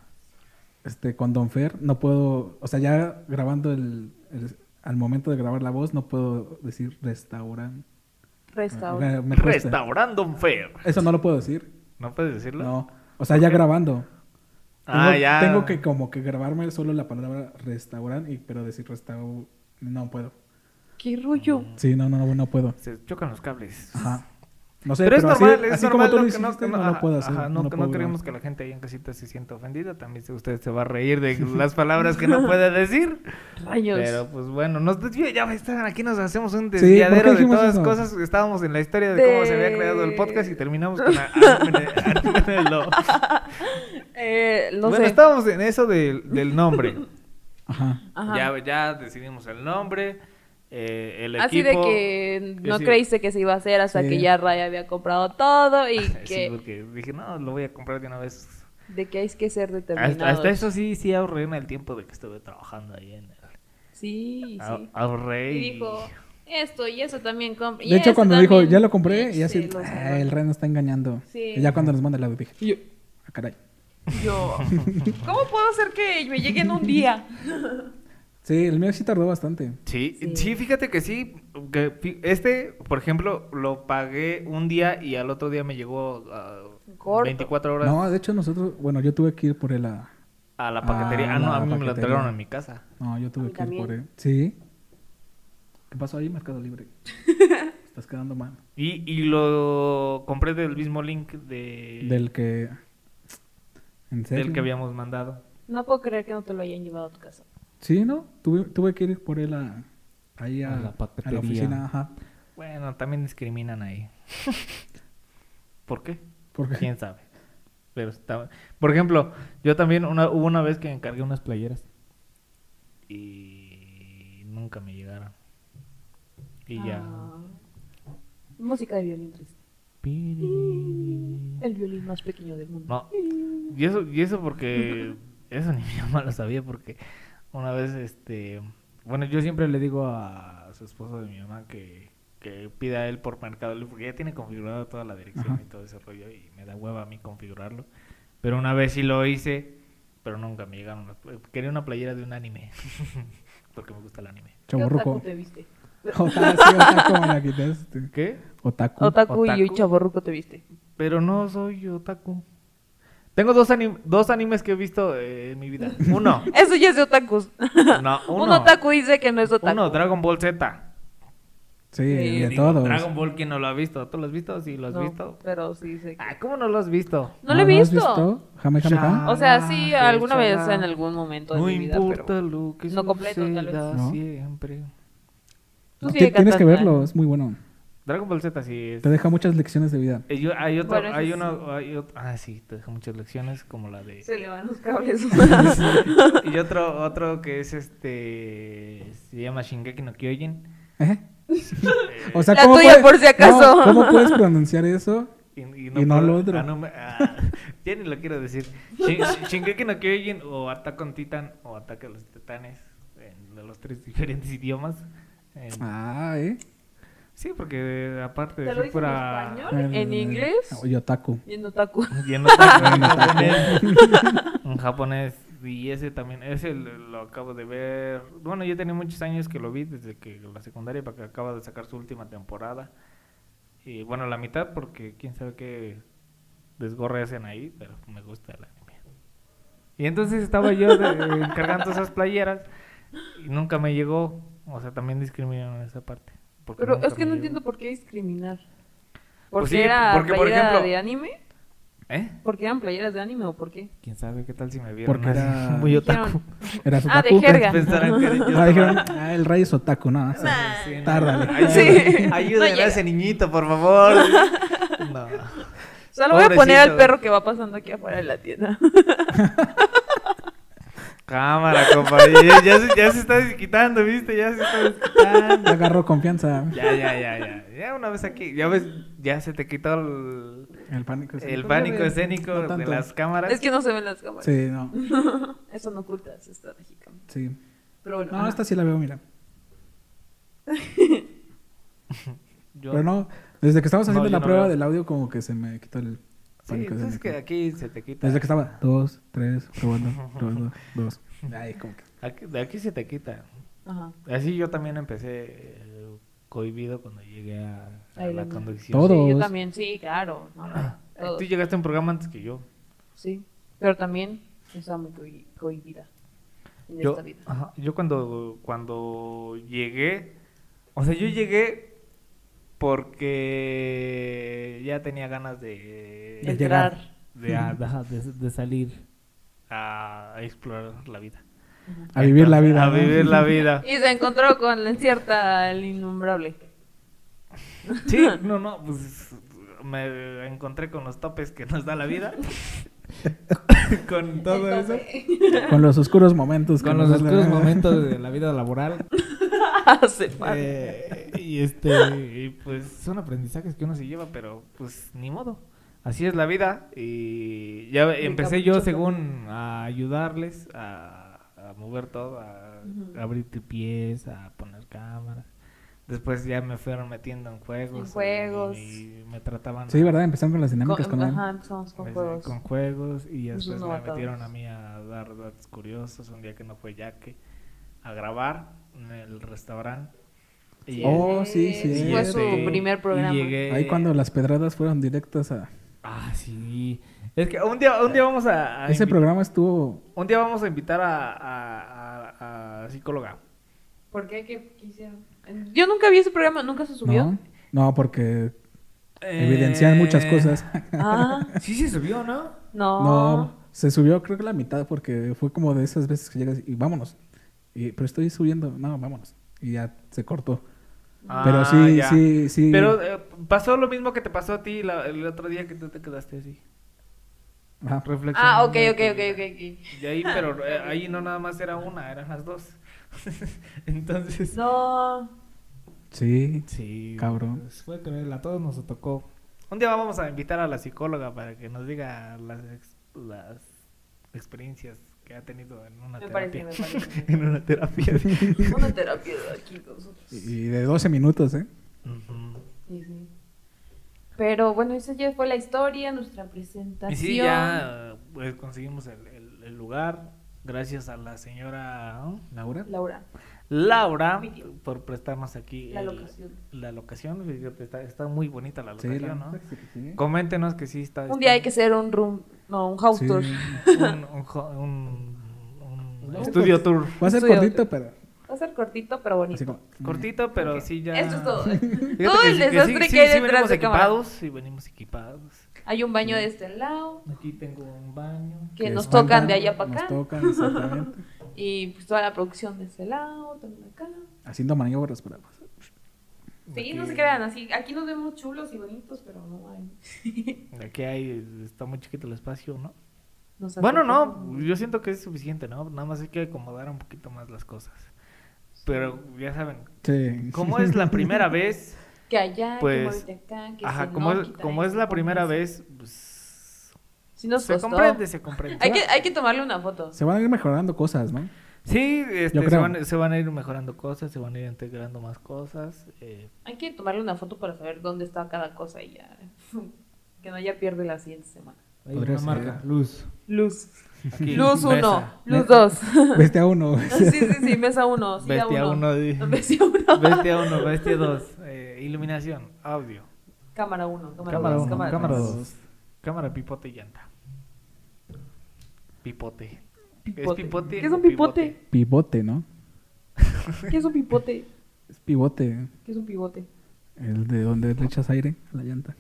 este, con Don Fer, no puedo, o sea, ya grabando el, el- al momento de grabar la voz, no puedo decir restaurante. Restaurante. Me- me cuesta. Restaurando un fair. Eso no lo puedo decir. ¿No puedes decirlo? No. O sea, ya grabando. Ah, tengo, ya. Tengo que como que grabarme solo la palabra restaurante, y- pero decir restaurante no puedo. Qué rollo. Sí, no, no, no, no puedo. Se chocan los cables. Ajá. No sé, pero, pero, es así- normal, así, es normal. como tú lo no- hiciste, no, no- lo puedo hacer. ajá, no, lo que- no puedo grabar. queremos que la gente ahí en casita se sienta ofendida. También se- usted se va a reír de las palabras que no puede decir. Rayos. Pero pues bueno, nos desvía- ya están aquí nos hacemos un Sí, ¿por qué desviadero de dijimos todas eso? cosas. Estábamos en la historia de, De- cómo se había creado el podcast y terminamos con a- Anúmenelo. Eh, no Bueno, sé. estábamos en eso del- del nombre. Ajá. Ajá. Ya, ya decidimos el nombre, eh, el Así equipo. Ah, de que no sí. creíste que se iba a hacer hasta Sí. que ya Ray había comprado todo y Sí, que porque dije, no, lo voy a comprar de una vez. de que hay que ser determinados. Hasta, hasta eso sí, sí ahorré en el tiempo de que estuve trabajando ahí en el... Sí, Ah- sí. Ahorré Y y... dijo, esto y eso también compré. De hecho, cuando dijo, ya lo compré, y así, "Ah, el rey nos está engañando. Sí. Y ya cuando nos manda el audio, dije, Yo, ah, caray. yo, ¿cómo puedo hacer que me llegue en un día? Sí, el mío sí tardó bastante. Sí, sí, Sí. fíjate que sí. que fi- este, por ejemplo, lo pagué un día y al otro día me llegó ah, Corto. 24 horas No, de hecho, nosotros, bueno, yo tuve que ir por él a. a la paquetería. Ah, Ah, no, la a mí me lo paquetería. entregaron en mi casa. No, yo A tuve mí que también. ir por él. Sí. ¿Qué pasó ahí, Mercado Libre? Estás quedando mal. Y, y lo compré del mismo link de, Eh, Del que. ¿En serio? del que habíamos mandado. No puedo creer que no te lo hayan llevado a tu casa. Sí, ¿no? Tuve, tuve que ir por él a. Ahí a, A la paquetería. oficina, ajá. Bueno, también discriminan ahí. ¿Por qué? Porque. ¿Quién sabe? Pero está... Por ejemplo, yo también una, hubo una vez que encargué unas playeras y nunca me llegaron. Y ya. Ah. Música de violín triste. Piri. El violín más pequeño del mundo. No. Y eso, y eso porque eso ni mi mamá lo sabía porque una vez este bueno yo siempre le digo a su esposo de mi mamá que, que pida él por mercado Libre, porque ya tiene configurada toda la dirección Ajá. y todo ese rollo y me da hueva a mí configurarlo. Pero una vez sí lo hice, pero nunca me llegaron las pla- quería una playera de un anime porque me gusta el anime. ¿Qué otaku Chaborruco. te viste? Otaku, sí, otaku, me la quitaste. ¿Qué? Otaku. Otaku, y Otaku. chaborruco te viste. Pero no soy otaku. Tengo dos, anim- dos animes que he visto eh, en mi vida. Uno. Eso ya es de otakus. No, uno. Un otaku dice que no es otaku. Uno, Dragon Ball Z. Sí, Sí, de Digo, todos. Dragon Ball, ¿quién no lo ha visto? ¿Tú lo has visto? Sí, lo has No, visto. Pero sí dice que... Ah, ¿cómo no lo has visto? No lo he ¿No has visto. Jame, jame, Ya. jame. O sea, sí, Ah, alguna vez chala. en algún momento de No mi vida, importa pero... lo que no completo, tal vez. suceda No. siempre. Tú Ti- sigue Tienes que cantando, verlo, es muy bueno. Dragon Ball Z sí es. Te deja muchas lecciones de vida. Eh, yo- hay otro, Bueno, eso hay sí. uno, hay otro- ah sí, te deja muchas lecciones como la de Se le van los cables. y otro, otro que es este se llama Shingeki no Kyojin. ¿Eh? O sea, La tuya, por si acaso. No, ¿Cómo puedes pronunciar eso? Y, y Y no puedo- lo otro. ah, no me- ah, ya ni lo quiero decir. Shin- Shin- Shingeki no Kyojin o Attack on Titan o Ataque a los Titanes en los tres diferentes idiomas. En- Ah, ¿eh? Sí, porque eh, aparte ¿Te de lo si dicen fuera... en español? ¿En inglés? Ah, Oye, otaku. Y en otaku. Y en otaku, en japonés. En japonés. Y ese también, ese lo lo acabo de ver. Bueno, yo tenía muchos años que lo vi desde que la secundaria para que acaba de sacar su última temporada. Y bueno, la mitad porque quién sabe qué desgorre hacen ahí, pero me gusta el anime. Y entonces estaba yo de- encargando esas playeras y nunca me llegó. O sea, también discriminaron esa parte. porque Pero nunca es que me no llegó. entiendo por qué discriminar. Pues ¿Porque sí, era porque, por playera ejemplo- de anime? ¿Eh? ¿Porque eran playeras de anime o por qué? ¿Quién sabe qué tal si me vieron Porque así, era- muy otaku? Dijeron, Eras Ah, de otaku. jerga. Pensaran que yo Ah, estaba- dijeron, ah, el rey es otaku, ¿no? Sí, no. Tárdale. Ay, Sí. ayuden- No ayuden a llega. ese niñito, por favor. No. Solo voy a poner Pobrecito. al perro que va pasando aquí afuera de la tienda. Cámara, compadre. Ya, ya se, ya se está desquitando, ¿viste? Ya se está desquitando. Ya agarró confianza. Ya, ya, ya, ya. Ya una vez aquí, ya ves, ya se te quitó el, El pánico escénico. el pánico No, escénico no de tanto. las cámaras. Es que no se ven las cámaras. Sí, no. Eso no oculta es estratégica. Sí. Pero bueno. No, ajá. esta sí la veo, mira. Yo- Pero no, desde que estábamos No, haciendo yo la no prueba veo. del audio, como que se me quitó el Sí, pues pánico es escénico. que aquí se te quita. Desde que estaba dos, tres, probando, probando, dos. Ay, como que. Aquí, de aquí se te quita. Ajá. Así yo también empecé eh, cohibido cuando llegué a, a Ahí la donde- conducción. Ah. Todo. Sí, yo Todos. también, sí, claro. no, no, todos, Tú llegaste a un programa antes que yo. Sí. Pero también estaba muy cohi- cohibida en Yo, esta vida. ajá, yo cuando, cuando llegué, o sea, yo llegué porque ya tenía ganas de, De Entrar. de- Ajá, de, de salir. a, a explorar la vida. A vivir la vida. A ¿no? vivir la vida. Y se encontró con la incierta, el innombrable. Sí, no, no, pues me encontré con los topes que nos da la vida. con todo eso. Con los oscuros momentos. que Con los nos da la- oscuros momentos de la vida laboral. ah, Se fue. eh, y este. Este, y pues son aprendizajes que uno se lleva, pero pues ni modo. Así es la vida. Y ya empecé yo, caprichoso. según, a ayudarles a, a mover todo, a abrir pies, a poner cámaras. Después ya me fueron metiendo en juegos. En eh, juegos. Y, me trataban. Sí, ¿verdad? Empezaron con las dinámicas Con- con él. ajá, empezamos con Pues, eh, juegos. con juegos y Esos después me novatados. metieron a mí a dar datos curiosos un día que no fue Yaque a grabar en el restaurante y, Oh, sí, Ese sí. Fue su este, primer programa. y llegué- Ahí cuando las pedradas fueron directas a... ah sí es que un día un día vamos a, a Ese invi- programa estuvo... un día vamos a invitar a, a- a- a psicóloga ¿Por qué? ¿Qué qué hicieron? Yo nunca vi ese programa, nunca se subió. ¿No? No, porque evidencian muchas Eh, cosas. Ah, sí se subió no no. No, se subió creo que la mitad porque fue como de esas veces que llegas y vámonos. Y, pero estoy subiendo, no, vámonos. Y ya se cortó. Pero Ah, sí, ya. sí, sí. pero eh, pasó lo mismo que te pasó a ti la- el otro día que tú te quedaste así Ajá. Ah, ok, reflexionando ok, de tu ok, vida. ok. ok. Y ahí, pero eh, ahí no nada más era una, eran las dos. Entonces. No. Sí. Sí. Cabrón. pues, fue cruel, a todos nos tocó. Un día vamos a invitar a la psicóloga para que nos diga las, ex- las experiencias que ha tenido en una Me parece, terapia. me parece. en una terapia. Una terapia de aquí con nosotros. Y de 12 minutos, ¿eh? Ujú. Sí, sí. Pero bueno, esa ya fue la historia, nuestra presentación. Y sí, ya pues, conseguimos el, el- el lugar. Gracias a la señora ¿no? Laura. Laura, Laura, por prestarnos aquí la el- locación. la locación. Fíjate, Está, está muy bonita la Sí, locación, la- ¿no? sí. Coméntenos que sí está. Un día hay que hacer un room, no, un house Sí. tour. un, un jo- un- un No, estudio tour. Va a ser Estudio. cortito, pero... Va a ser cortito, pero bonito. Así como... Cortito, pero sí ya. Esto es todo. Fíjate todo que el sí- que sí- desastre sí- que hay sí detrás venimos de cámara. equipados, sí venimos equipados. Hay un baño de este lado Aquí tengo un baño. que, es nos buen tocan de baño, allá para acá. Nos tocan, exactamente. Y pues toda la producción de este lado, también acá. Haciendo maniobras para pasar. Sí, no Aquí- se crean así. Aquí nos vemos chulos y bonitos, pero no hay. Aquí hay, está muy chiquito el espacio, ¿no? Nos Bueno, no, acogemos. yo siento que es suficiente, ¿no? Nada más hay que acomodar un poquito más las cosas. Pero ya saben, Sí. como es la primera vez, Que allá, Pues, que muévete acá, que ajá, si como no, es, quita como esto, es la como primera eso. vez, pues, Sí nos se costó. comprende, se comprende. Hay que, hay que tomarle una foto. Se van a ir mejorando cosas, ¿no? Sí, este, Yo se, creo. van, se van a ir mejorando cosas, se van a ir integrando más cosas. eh, Hay que tomarle una foto para saber dónde está cada cosa y ya. que no ya pierde la siguiente semana. Hay Podría una ser. marca, luz. Luz. aquí, Luz mesa. 1, luz Mesa. 2. Vete a uno. sí, sí, sí, mesa 1. Bestia 1, Bestia 1. bestia 1, bestia 2. iluminación, audio, Cámara 1. Cámara Cámara uno, 1. cámara dos. cámara, pipote y llanta. Pipote. ¿Es Pipote. pipote? ¿Qué es un o pipote? Pivote, ¿no? ¿Qué es un pipote? Es pivote. ¿Qué es un pivote? El de donde le echas aire a la llanta.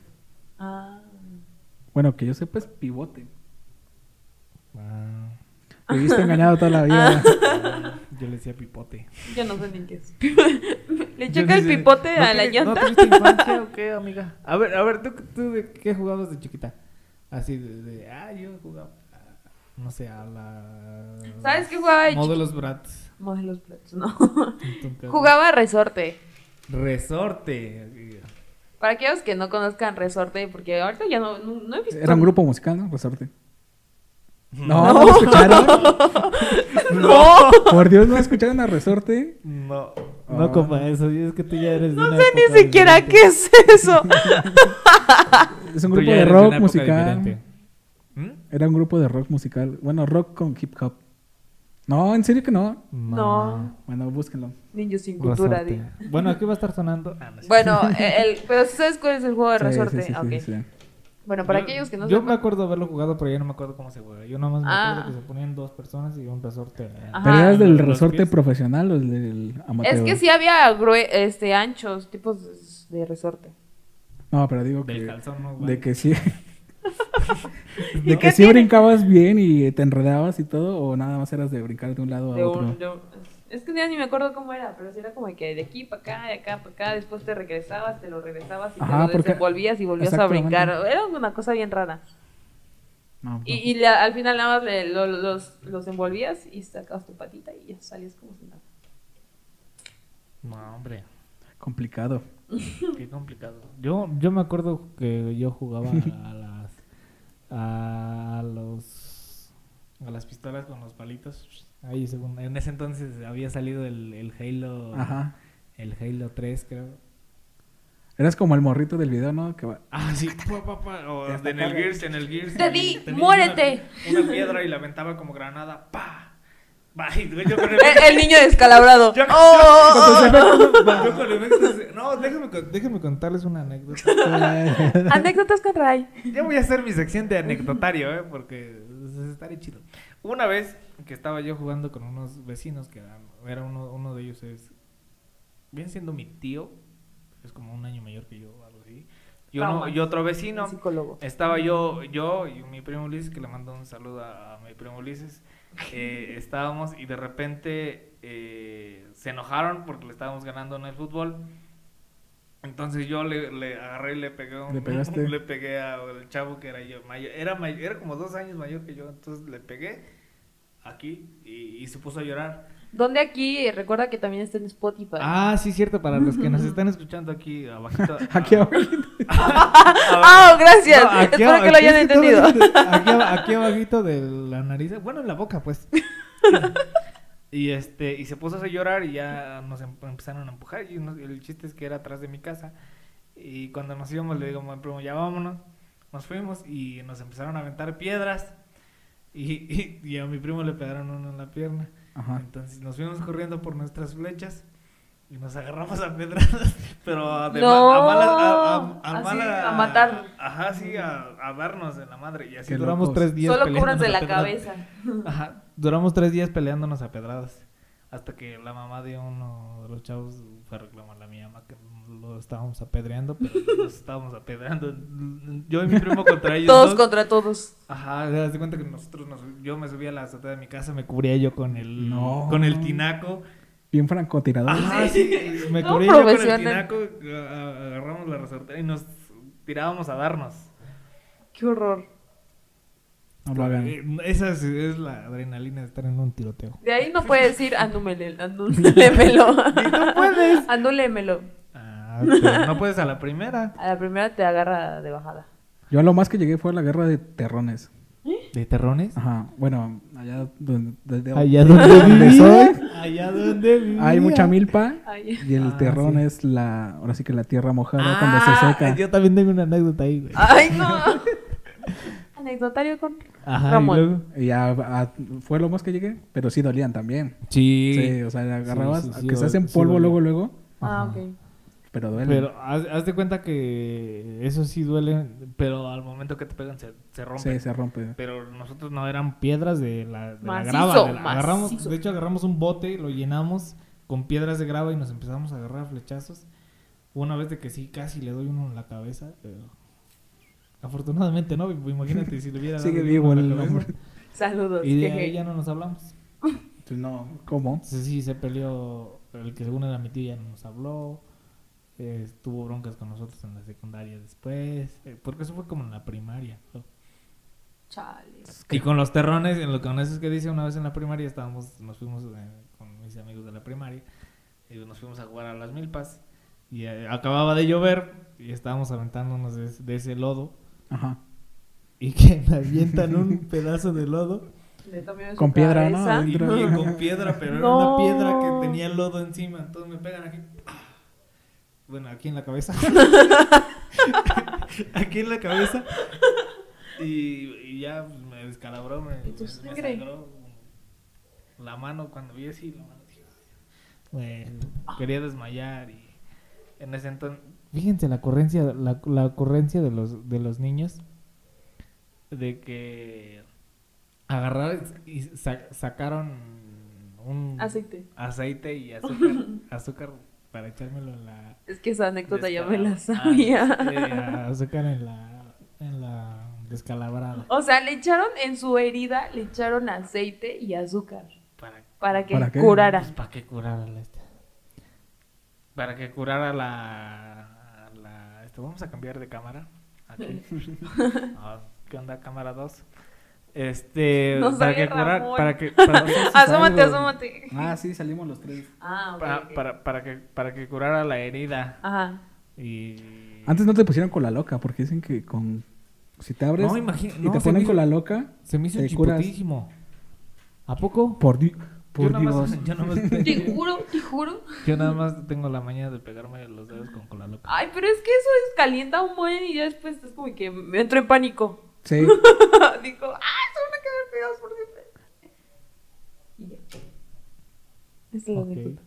Ah. Bueno, que yo sepa es pivote. Ah, Viviste engañado toda Ah. la vida. yo le decía pipote. Yo no sé ni qué es. Le Yo choca el dije, pipote ¿no a la tienes- llanta. ¿No tuviste infancia o qué, amiga? A ver, a ver, ¿tú, tú de qué jugabas de chiquita? Así de, de, ah, yo jugaba. no sé, a la... ¿Sabes qué jugaba de Módulos Bratz. Modelos platos, no. Entonces, Jugaba resorte. Resorte. Para aquellos que no conozcan resorte, porque ahorita ya no, no, no he visto. Era un grupo musical, ¿no? Resorte. No, no, lo escucharon. ¡No! Por Dios, no escucharon a Resorte. No. No Ah. como eso, es que tú ya eres No sé ni siquiera qué es eso. Es un Tú grupo ya de eres rock una época musical. diferente. ¿Mm? Era un grupo de rock musical. Bueno, rock con hip hop. No, en serio que no. No. Bueno, búsquenlo. Niños sin cultura, di. Bueno, aquí va a estar sonando. Ah, no sé. Bueno, el, pero sí ¿sabes cuál es el juego de Sí, resorte? sí, sí, sí, Ah, ok. sí. Bueno, para Yo- aquellos que no Yo me sepan- acuerdo haberlo jugado, pero ya no me acuerdo cómo se juega. Yo nada más me Ah. acuerdo que se ponían dos personas y un resorte. Ajá. ¿Pero eras del Los resorte pies. profesional o el del amateur? Es que sí había grue- este, anchos, tipos de resorte. No, pero digo Del que. calzón, ¿no? De Vale. que sí. ¿Y De qué que sí tiene? brincabas bien y te enredabas y todo, o nada más eras de brincar de un lado a De otro. un- de un- es que ya ni me acuerdo cómo era, pero sí era como que de aquí para acá, de acá para acá, después te regresabas, te lo regresabas y Ajá, te lo porque- desenvolvías y volvías a Exactamente. brincar. Era una cosa bien rara. No, no. Y, y la- al final nada más le- lo- los, los envolvías y sacabas tu patita y ya salías como si nada. No, hombre. Complicado. Qué complicado. Yo, yo me acuerdo que yo jugaba a las. a los. a las pistolas con los palitos. Ahí, según. En ese entonces había salido el, el Halo. Ajá. El Halo 3, creo. Eras como el morrito del video, ¿no? Que va- Ah, sí. Pa, pa, pa. O Ya está en el carga. Gears, en el Gears. Te y di, tenía muérete. Una, una piedra y la aventaba como granada. ¡Pa! Va, y yo yo con el... El, el niño descalabrado. Yo- Eh, yo- ¡Oh! yo con el éxtasis- No, déjame, con- déjame contarles una anécdota. Anécdotas con Ray. Ya voy a hacer mi sección de anecdotario, ¿eh? Porque se estaré chido. Una vez que estaba yo jugando con unos vecinos, que eran- era uno, uno de ellos es... Bien siendo mi tío, es como un año mayor que yo, o algo así. Y, uno- Toma. y otro vecino, Psicólogo. estaba yo, yo y mi primo Ulises, que le mando un saludo a, a mi primo Ulises, eh, estábamos y de repente eh, se enojaron porque le estábamos ganando en el fútbol. Entonces yo le, le agarré y le pegué, un- ¿Le pegaste? le pegué al chavo que era yo, mayor, era, may- era como dos años mayor que yo, entonces le pegué aquí y, y se puso a llorar. Donde aquí, eh, recuerda que también está en Spotify. Ah, sí, cierto, para los Los que nos están escuchando aquí abajito. Aquí a- abajo. Ah, gracias. No, aquí Espero ab- que lo aquí hayan Es que todo entendido. es- Aquí, aba- aquí abajito de la nariz. Bueno, en la boca, pues. Y este, y se puso a llorar y ya nos em- empezaron a empujar. Y nos- el chiste es que era atrás de mi casa. Y cuando nos íbamos, le digo a mi primo, ya vámonos. Nos fuimos y nos empezaron a aventar piedras. Y, y- y a mi primo le pegaron uno en la pierna. Ajá. Entonces nos fuimos corriendo por nuestras flechas y nos agarramos a pedradas, pero de ma- No, a malas. A, a- a así, mala- a matar. Ajá, sí, a, a darnos en la madre. Y así Qué duramos. Duramos locos. tres días. Solo peleándonos cúbranse a la pedradas. cabeza. Ajá. Duramos tres días peleándonos a pedradas. Hasta que la mamá de uno de los chavos fue a reclamar a mi mamá que lo estábamos apedreando, pero nos estábamos apedreando. Yo y mi primo contra ellos. Todos dos. contra todos. Ajá, te das de cuenta que nosotros nos, yo me subía a la azotea de mi casa, me cubría yo con el No. con el tinaco. Bien francotirador. Ah, Ajá, sí, me Ah, No, cubría yo con el profesional. tinaco, a- a- agarramos la resortera y nos tirábamos a darnos. Qué horror. No lo hagan. Eh, Esa es, es la adrenalina de estar en un tiroteo. De ahí no puedes ir, andúmele, andúlemelo. no puedes. Andúlemelo. Ah, pero no puedes a la primera. A la primera te agarra de bajada. Yo a lo más que llegué fue a la guerra de terrones. ¿De terrones? Ajá. Bueno, allá donde, desde Allá donde donde ¿Eh? vivía. soy, Allá donde vivía. hay mucha milpa Ay. y el Ah, terrón sí. es la, ahora sí que la tierra mojada Ah, cuando se seca. Yo también tengo una anécdota ahí, güey. Ay, no. Anecdotario con Ajá, Ramón. y luego. Y ya a- fue lo más que llegué, pero sí dolían también. Sí. Sí, o sea, agarrabas, sí, sí, que se hacen sí, polvo dolía. luego, luego, Ah, Ajá. ok. pero duele. Pero haz, haz de cuenta que eso sí duele, pero al momento momento que te pegan se, se rompen. sí, se rompe. Pero nosotros no éramos. eran piedras de la, de la Macizo, grava. de la- agarramos, macizo. de hecho, agarramos un bote, lo llenamos con piedras de grava y nos empezamos a agarrar a flechazos. Una vez de que sí, casi le doy uno en la cabeza. pero Afortunadamente no, imagínate si le hubiera dado Sigue uno vivo en la el cabeza. hombre. Saludos. Y de jeje. ahí ya no nos hablamos. Entonces, No, ¿cómo? Sí, sí, se peleó. El que según era mi tío ya no nos habló. eh, tuvo broncas con nosotros en la secundaria después. eh, porque eso fue como en la primaria. creo. Chale. Y con los terrones, en lo con eso es que dice, una vez en la primaria estábamos, nos fuimos eh, con mis amigos de la primaria, y nos fuimos a jugar a las milpas, y eh, acababa de llover, y estábamos aventándonos de, de ese lodo, Ajá. y que me avientan un pedazo de lodo, Le tomé en su Con piedra, ¿no? cabeza. y Adentro. y con piedra, pero era No. una piedra que tenía lodo encima, entonces me pegan aquí, bueno, aquí en la cabeza, aquí en la cabeza, y, y ya pues, me descalabró, me, ¿Y tu me sangre? sangró la mano cuando vi así, la mano dije, "Ay". Pues, quería desmayar y en ese entonces, fíjense la ocurrencia, la, la ocurrencia de los, de los niños, de que agarraron y sa- sacaron un Aceite. aceite y azúcar, azúcar para echármelo en la Es que esa anécdota ya me la Descalab- sabía. Ah, este, azúcar en la, en la descalabrada. O sea, le echaron en su herida, le echaron aceite y azúcar Para, para que ¿Para qué? curara. pues, para que curara la esta. Para que curara la, la esto, vamos a cambiar de cámara. Aquí. Ah, ¿Qué onda cámara 2? Este, No para sale que curar, Ramón. para que para que- Asómate, algo. asómate. Ah, sí, salimos los tres. Ah, ok, para, ok. para, para que para que curara la herida Ajá. y Antes no te pusieron con la loca, porque dicen que con. Si te abres No, imagina- y no, te se ponen me con hizo- la loca, se me hizo te curas. chipotísimo. ¿A poco? por, di- por yo nada Dios. más- yo nada más- Te juro, te juro. Yo nada más tengo la maña de pegarme los dedos con cola loca. Ay, pero es que eso es calienta un buen y ya después es como que me entro en pánico. Sí. Digo, ah, se van a quedar pegados por siempre. Y ya. Esa es la Ok. anécdota.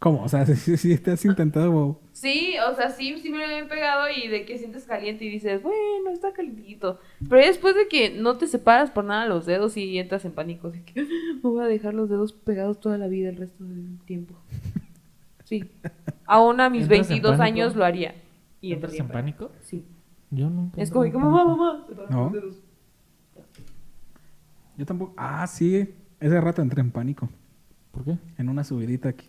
¿Cómo? O sea, si, si te has intentado. wow. Sí, o sea, sí, sí me lo habían pegado y de que sientes caliente y dices, bueno, está calientito. Pero ya después de que no te separas por nada los dedos y entras en pánico, de que me voy a dejar los dedos pegados toda la vida el resto del tiempo. Sí. Aún a mis ¿Entras en 22 pánico? años lo haría. Y ¿Entras entraría en pánico? Sí. Yo nunca. Es entré como, en que, mamá, pánico. mamá, separa No. los dedos. Yo tampoco. Ah, sí. Ese rato entré en pánico. ¿Por qué? En una subidita aquí.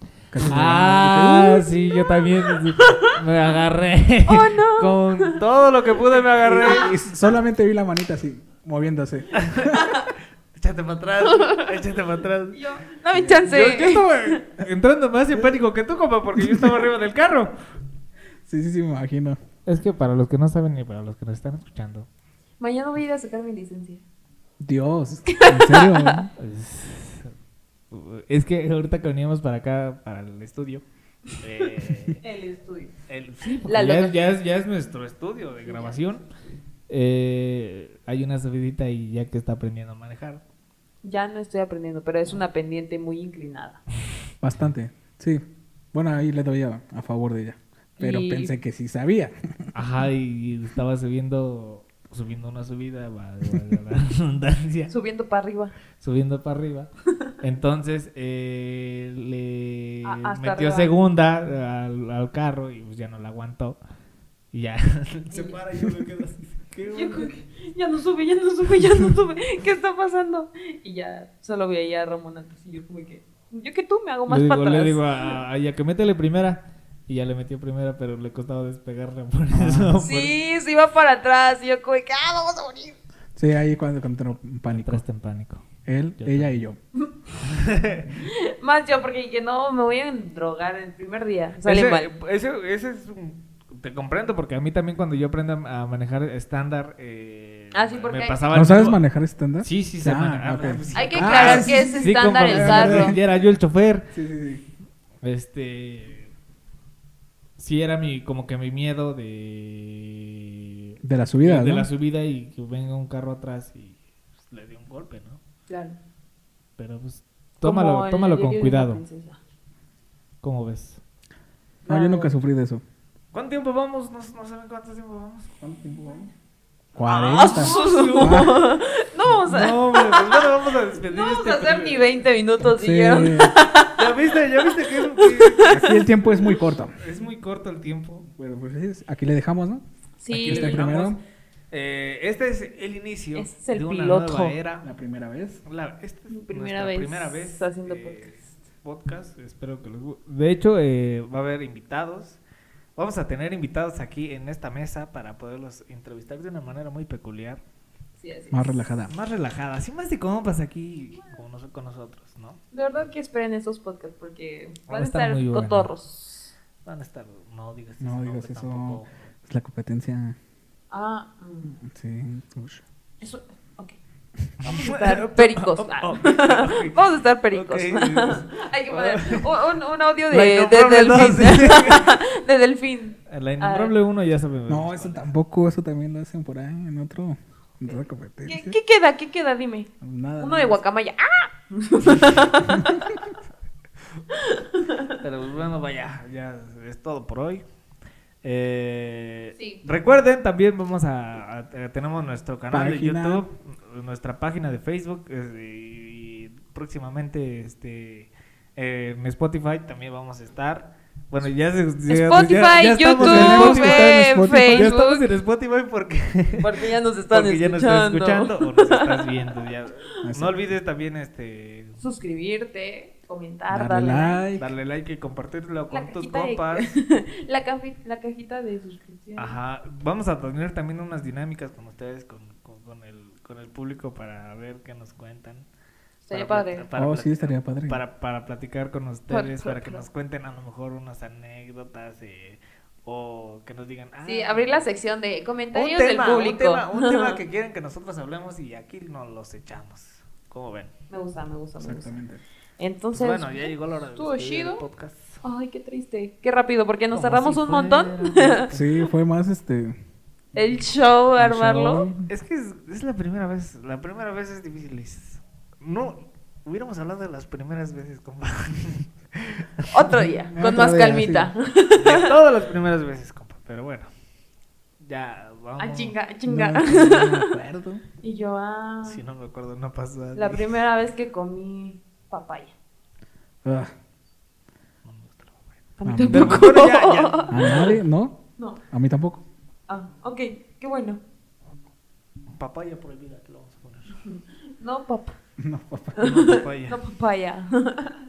Casi "Uh, Ah, sí, yo también sí, me agarré. "Uh". Oh, no. Con todo lo que pude me me agarré. cayó. Y solamente vi la manita así, moviéndose. Échate para atrás, échate para atrás. Y Yo, dame chance. Yo, yo estaba entrando más en pánico que tú, compa, porque yo estaba arriba del carro. Sí, sí, sí, me imagino. Es que para los que no saben y para los que nos están escuchando, Mañana voy a ir a sacar mi licencia. Dios. En serio. Es, es que ahorita que veníamos para acá, para el estudio, eh, El estudio. el- sí, La porque ya, loca. es, ya es- ya es nuestro estudio de grabación. Eh, hay una subidita y ya que está aprendiendo a manejar. Ya no estoy aprendiendo, pero es una pendiente muy inclinada. Bastante. Sí. Bueno, ahí le doy a, a favor de ella. Pero Y- pensé que sí sabía. Ajá, y, estaba subiendo, subiendo una subida, va- va- la redundancia, Subiendo para arriba. subiendo para arriba. Entonces eh, le A- hasta metió arriba. segunda al, al carro y pues ya no la aguantó. Y ya se para y yo me quedo así. ¿qué Yo onda? creo que ya no sube, ya no sube, ya no sube. ¿Qué está pasando? Y ya solo veía a Ramón antes y yo como que... Yo que tú me hago más le para digo, atrás. le digo a, a ella que métele primera. Y ya le metió primera, pero le costaba despegarle por eso. por- sí, se iba para atrás. Y yo como que, ah, vamos a morir. Sí, ahí cuando cuando entró en pánico. Entraste en pánico. Él, Yo ella y yo. Más yo, porque dije, no, me voy a drogar el primer día. Sale ese, mal. Ese, ese es un... Te comprendo, porque a mí también cuando yo aprendo a manejar estándar... Eh, Ah, sí, porque me hay- pasaba ¿No el sabes mismo- manejar estándar? Sí, sí, sé Ah, manejar. ok. Ah, sí. Hay que Ah, aclarar sí, que es Sí, estándar como- el carro. Ya era yo el chofer. Sí, sí, sí. Este... Sí, era mi, como que mi miedo de... De la subida, De ¿no? la subida y que venga un carro atrás y pues, le dé un golpe, ¿no? Claro. Pero pues Como tómalo, el tómalo diario de con una cuidado. princesa. ¿Cómo ves? No, yo nunca sufrí de eso. ¿Cuánto tiempo vamos? No, no saben cuánto tiempo vamos. ¿Cuánto tiempo vamos? Ah, 40. No vamos a, No, hombre, pues bueno, vamos a despedir no vamos este a hacer ni primer- 20 minutos, Sí. dijeron. Ya viste, ya viste que es, Aquí el tiempo es muy corto. que es muy corto el tiempo. Bueno, pues sí, aquí le dejamos, ¿no? Sí, Aquí está el terminamos. primero. Eh, este es el inicio Este es el de una piloto. nueva era. primera vez. La- esta es Mi primera primera vez, vez primera vez haciendo podcast. Espero que les guste. De hecho, eh, va a haber invitados. Vamos a tener invitados aquí en esta mesa para poderlos entrevistar de una manera muy peculiar. Sí, así es. Más relajada. Más relajada, así más de compas aquí con, nos- con nosotros, ¿no? De verdad que esperen esos podcasts porque van, Van a a estar estar muy buenos. cotorros. Van a estar, no digas No eso. digas que eso. tampoco- Es la competencia. Ah, mm. Sí. ush. eso, ok. Vamos a estar pericos. Ah. Vamos a estar pericos. Hay que poner un, un- un audio de, La de innombrable delfín. de delfín. La innombrable 1 ya sabemos. No, eso tampoco, eso también lo hacen por ahí en otro. En otra ¿Qué, competencia. qué queda? ¿Qué queda? Dime. Nada. Uno de guacamaya. ¡Ah! Pero pues, bueno, vaya, ya es todo por hoy. Eh, Sí. Recuerden, también vamos a, a- eh, tenemos nuestro canal Página. de YouTube, n- nuestra página de Facebook eh, y, y próximamente este eh, en Spotify también vamos a estar. Bueno, ya se ya- Spotify, ya- ya estamos en YouTube, Spotify. eh, Ya estamos Facebook. en Spotify porque, Porque ya nos están porque ya nos estás escuchando. escuchando o nos estás viendo. ya. Así. No olvides también este Suscribirte, comentar, Darle like. darle like y compartirlo con La tus cajita de- compas. La, cafi- la cajita de suscripción. Ajá, vamos a tener también unas dinámicas con ustedes, con, con, con el, con el público para ver qué nos cuentan. Estaría Para padre. plat- para Oh, sí, platicar- estaría padre. Para, para platicar con ustedes, Para- para que nos cuenten a lo mejor unas anécdotas eh, o que nos digan... Sí, "Ah, abrir la sección de comentarios un del público. tema, un tema que quieren que nosotros hablemos y aquí nos los echamos. ¿Cómo ven? Me gusta, me gusta, me gusta. Exactamente. Entonces, Pues bueno, ya llegó la hora de estuvo despedir el chido. podcast. ay, qué triste. Qué rápido, porque nos Como tardamos si un montón fuera- Sí, fue más este. el show, armarlo. show. Es que es, es la primera vez, la primera vez es difícil. es- No, hubiéramos hablado de las primeras veces, compa. Otro día, con Otro más día, calmita. De todas las primeras veces, compa, pero bueno. Ya, vamos. Ah, chinga, ah, chinga. No, no me acuerdo. Y yo, ah, Si no me acuerdo, no pasó. la primera vez que comí papaya. Ah, No me gusta la papaya. A mí Ah, tampoco. Pero bueno, ya, ya. ¿A nadie? ¿No? No. A mí tampoco. Ah, ok, qué bueno. Papaya prohibida, te lo vamos a poner. No, papá. No, papá. No, papaya. No, papaya.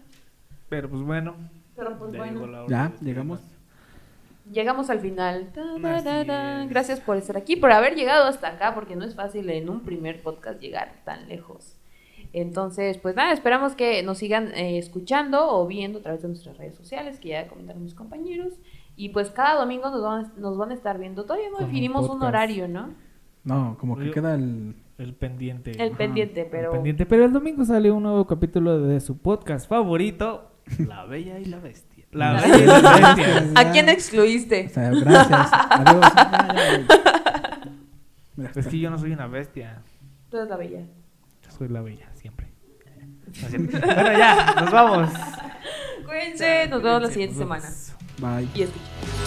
Pero pues bueno. Pero pues ya llegó bueno, la hora de Ya, despedirnos. llegamos. llegamos al final. Ta, ta, ta, ta. Así es. Gracias por estar aquí, por haber llegado hasta acá, porque no es fácil en un primer podcast llegar tan lejos. Entonces, pues nada, esperamos que nos sigan eh, escuchando o viendo a través de nuestras redes sociales, que ya comentaron mis compañeros. Y pues cada domingo nos van, nos van a estar viendo. Todavía no Con un definimos un podcast. horario, ¿no? No, como que Yo- queda el. El pendiente. El pendiente, pero... pendiente. Pero el domingo sale un nuevo capítulo de su podcast favorito, La Bella y la Bestia. La Bella y la Bestia. ¿A quién O excluiste? sea, gracias. Adiós. Ah, ya, güey. Mira, Es que yo no soy una bestia, Tú eres la bella. yo soy la bella, siempre. No es cierto. bueno, ya, nos vamos. Cuídense, nos vemos la siguiente Nos semana. vemos. Bye. Y escuchen.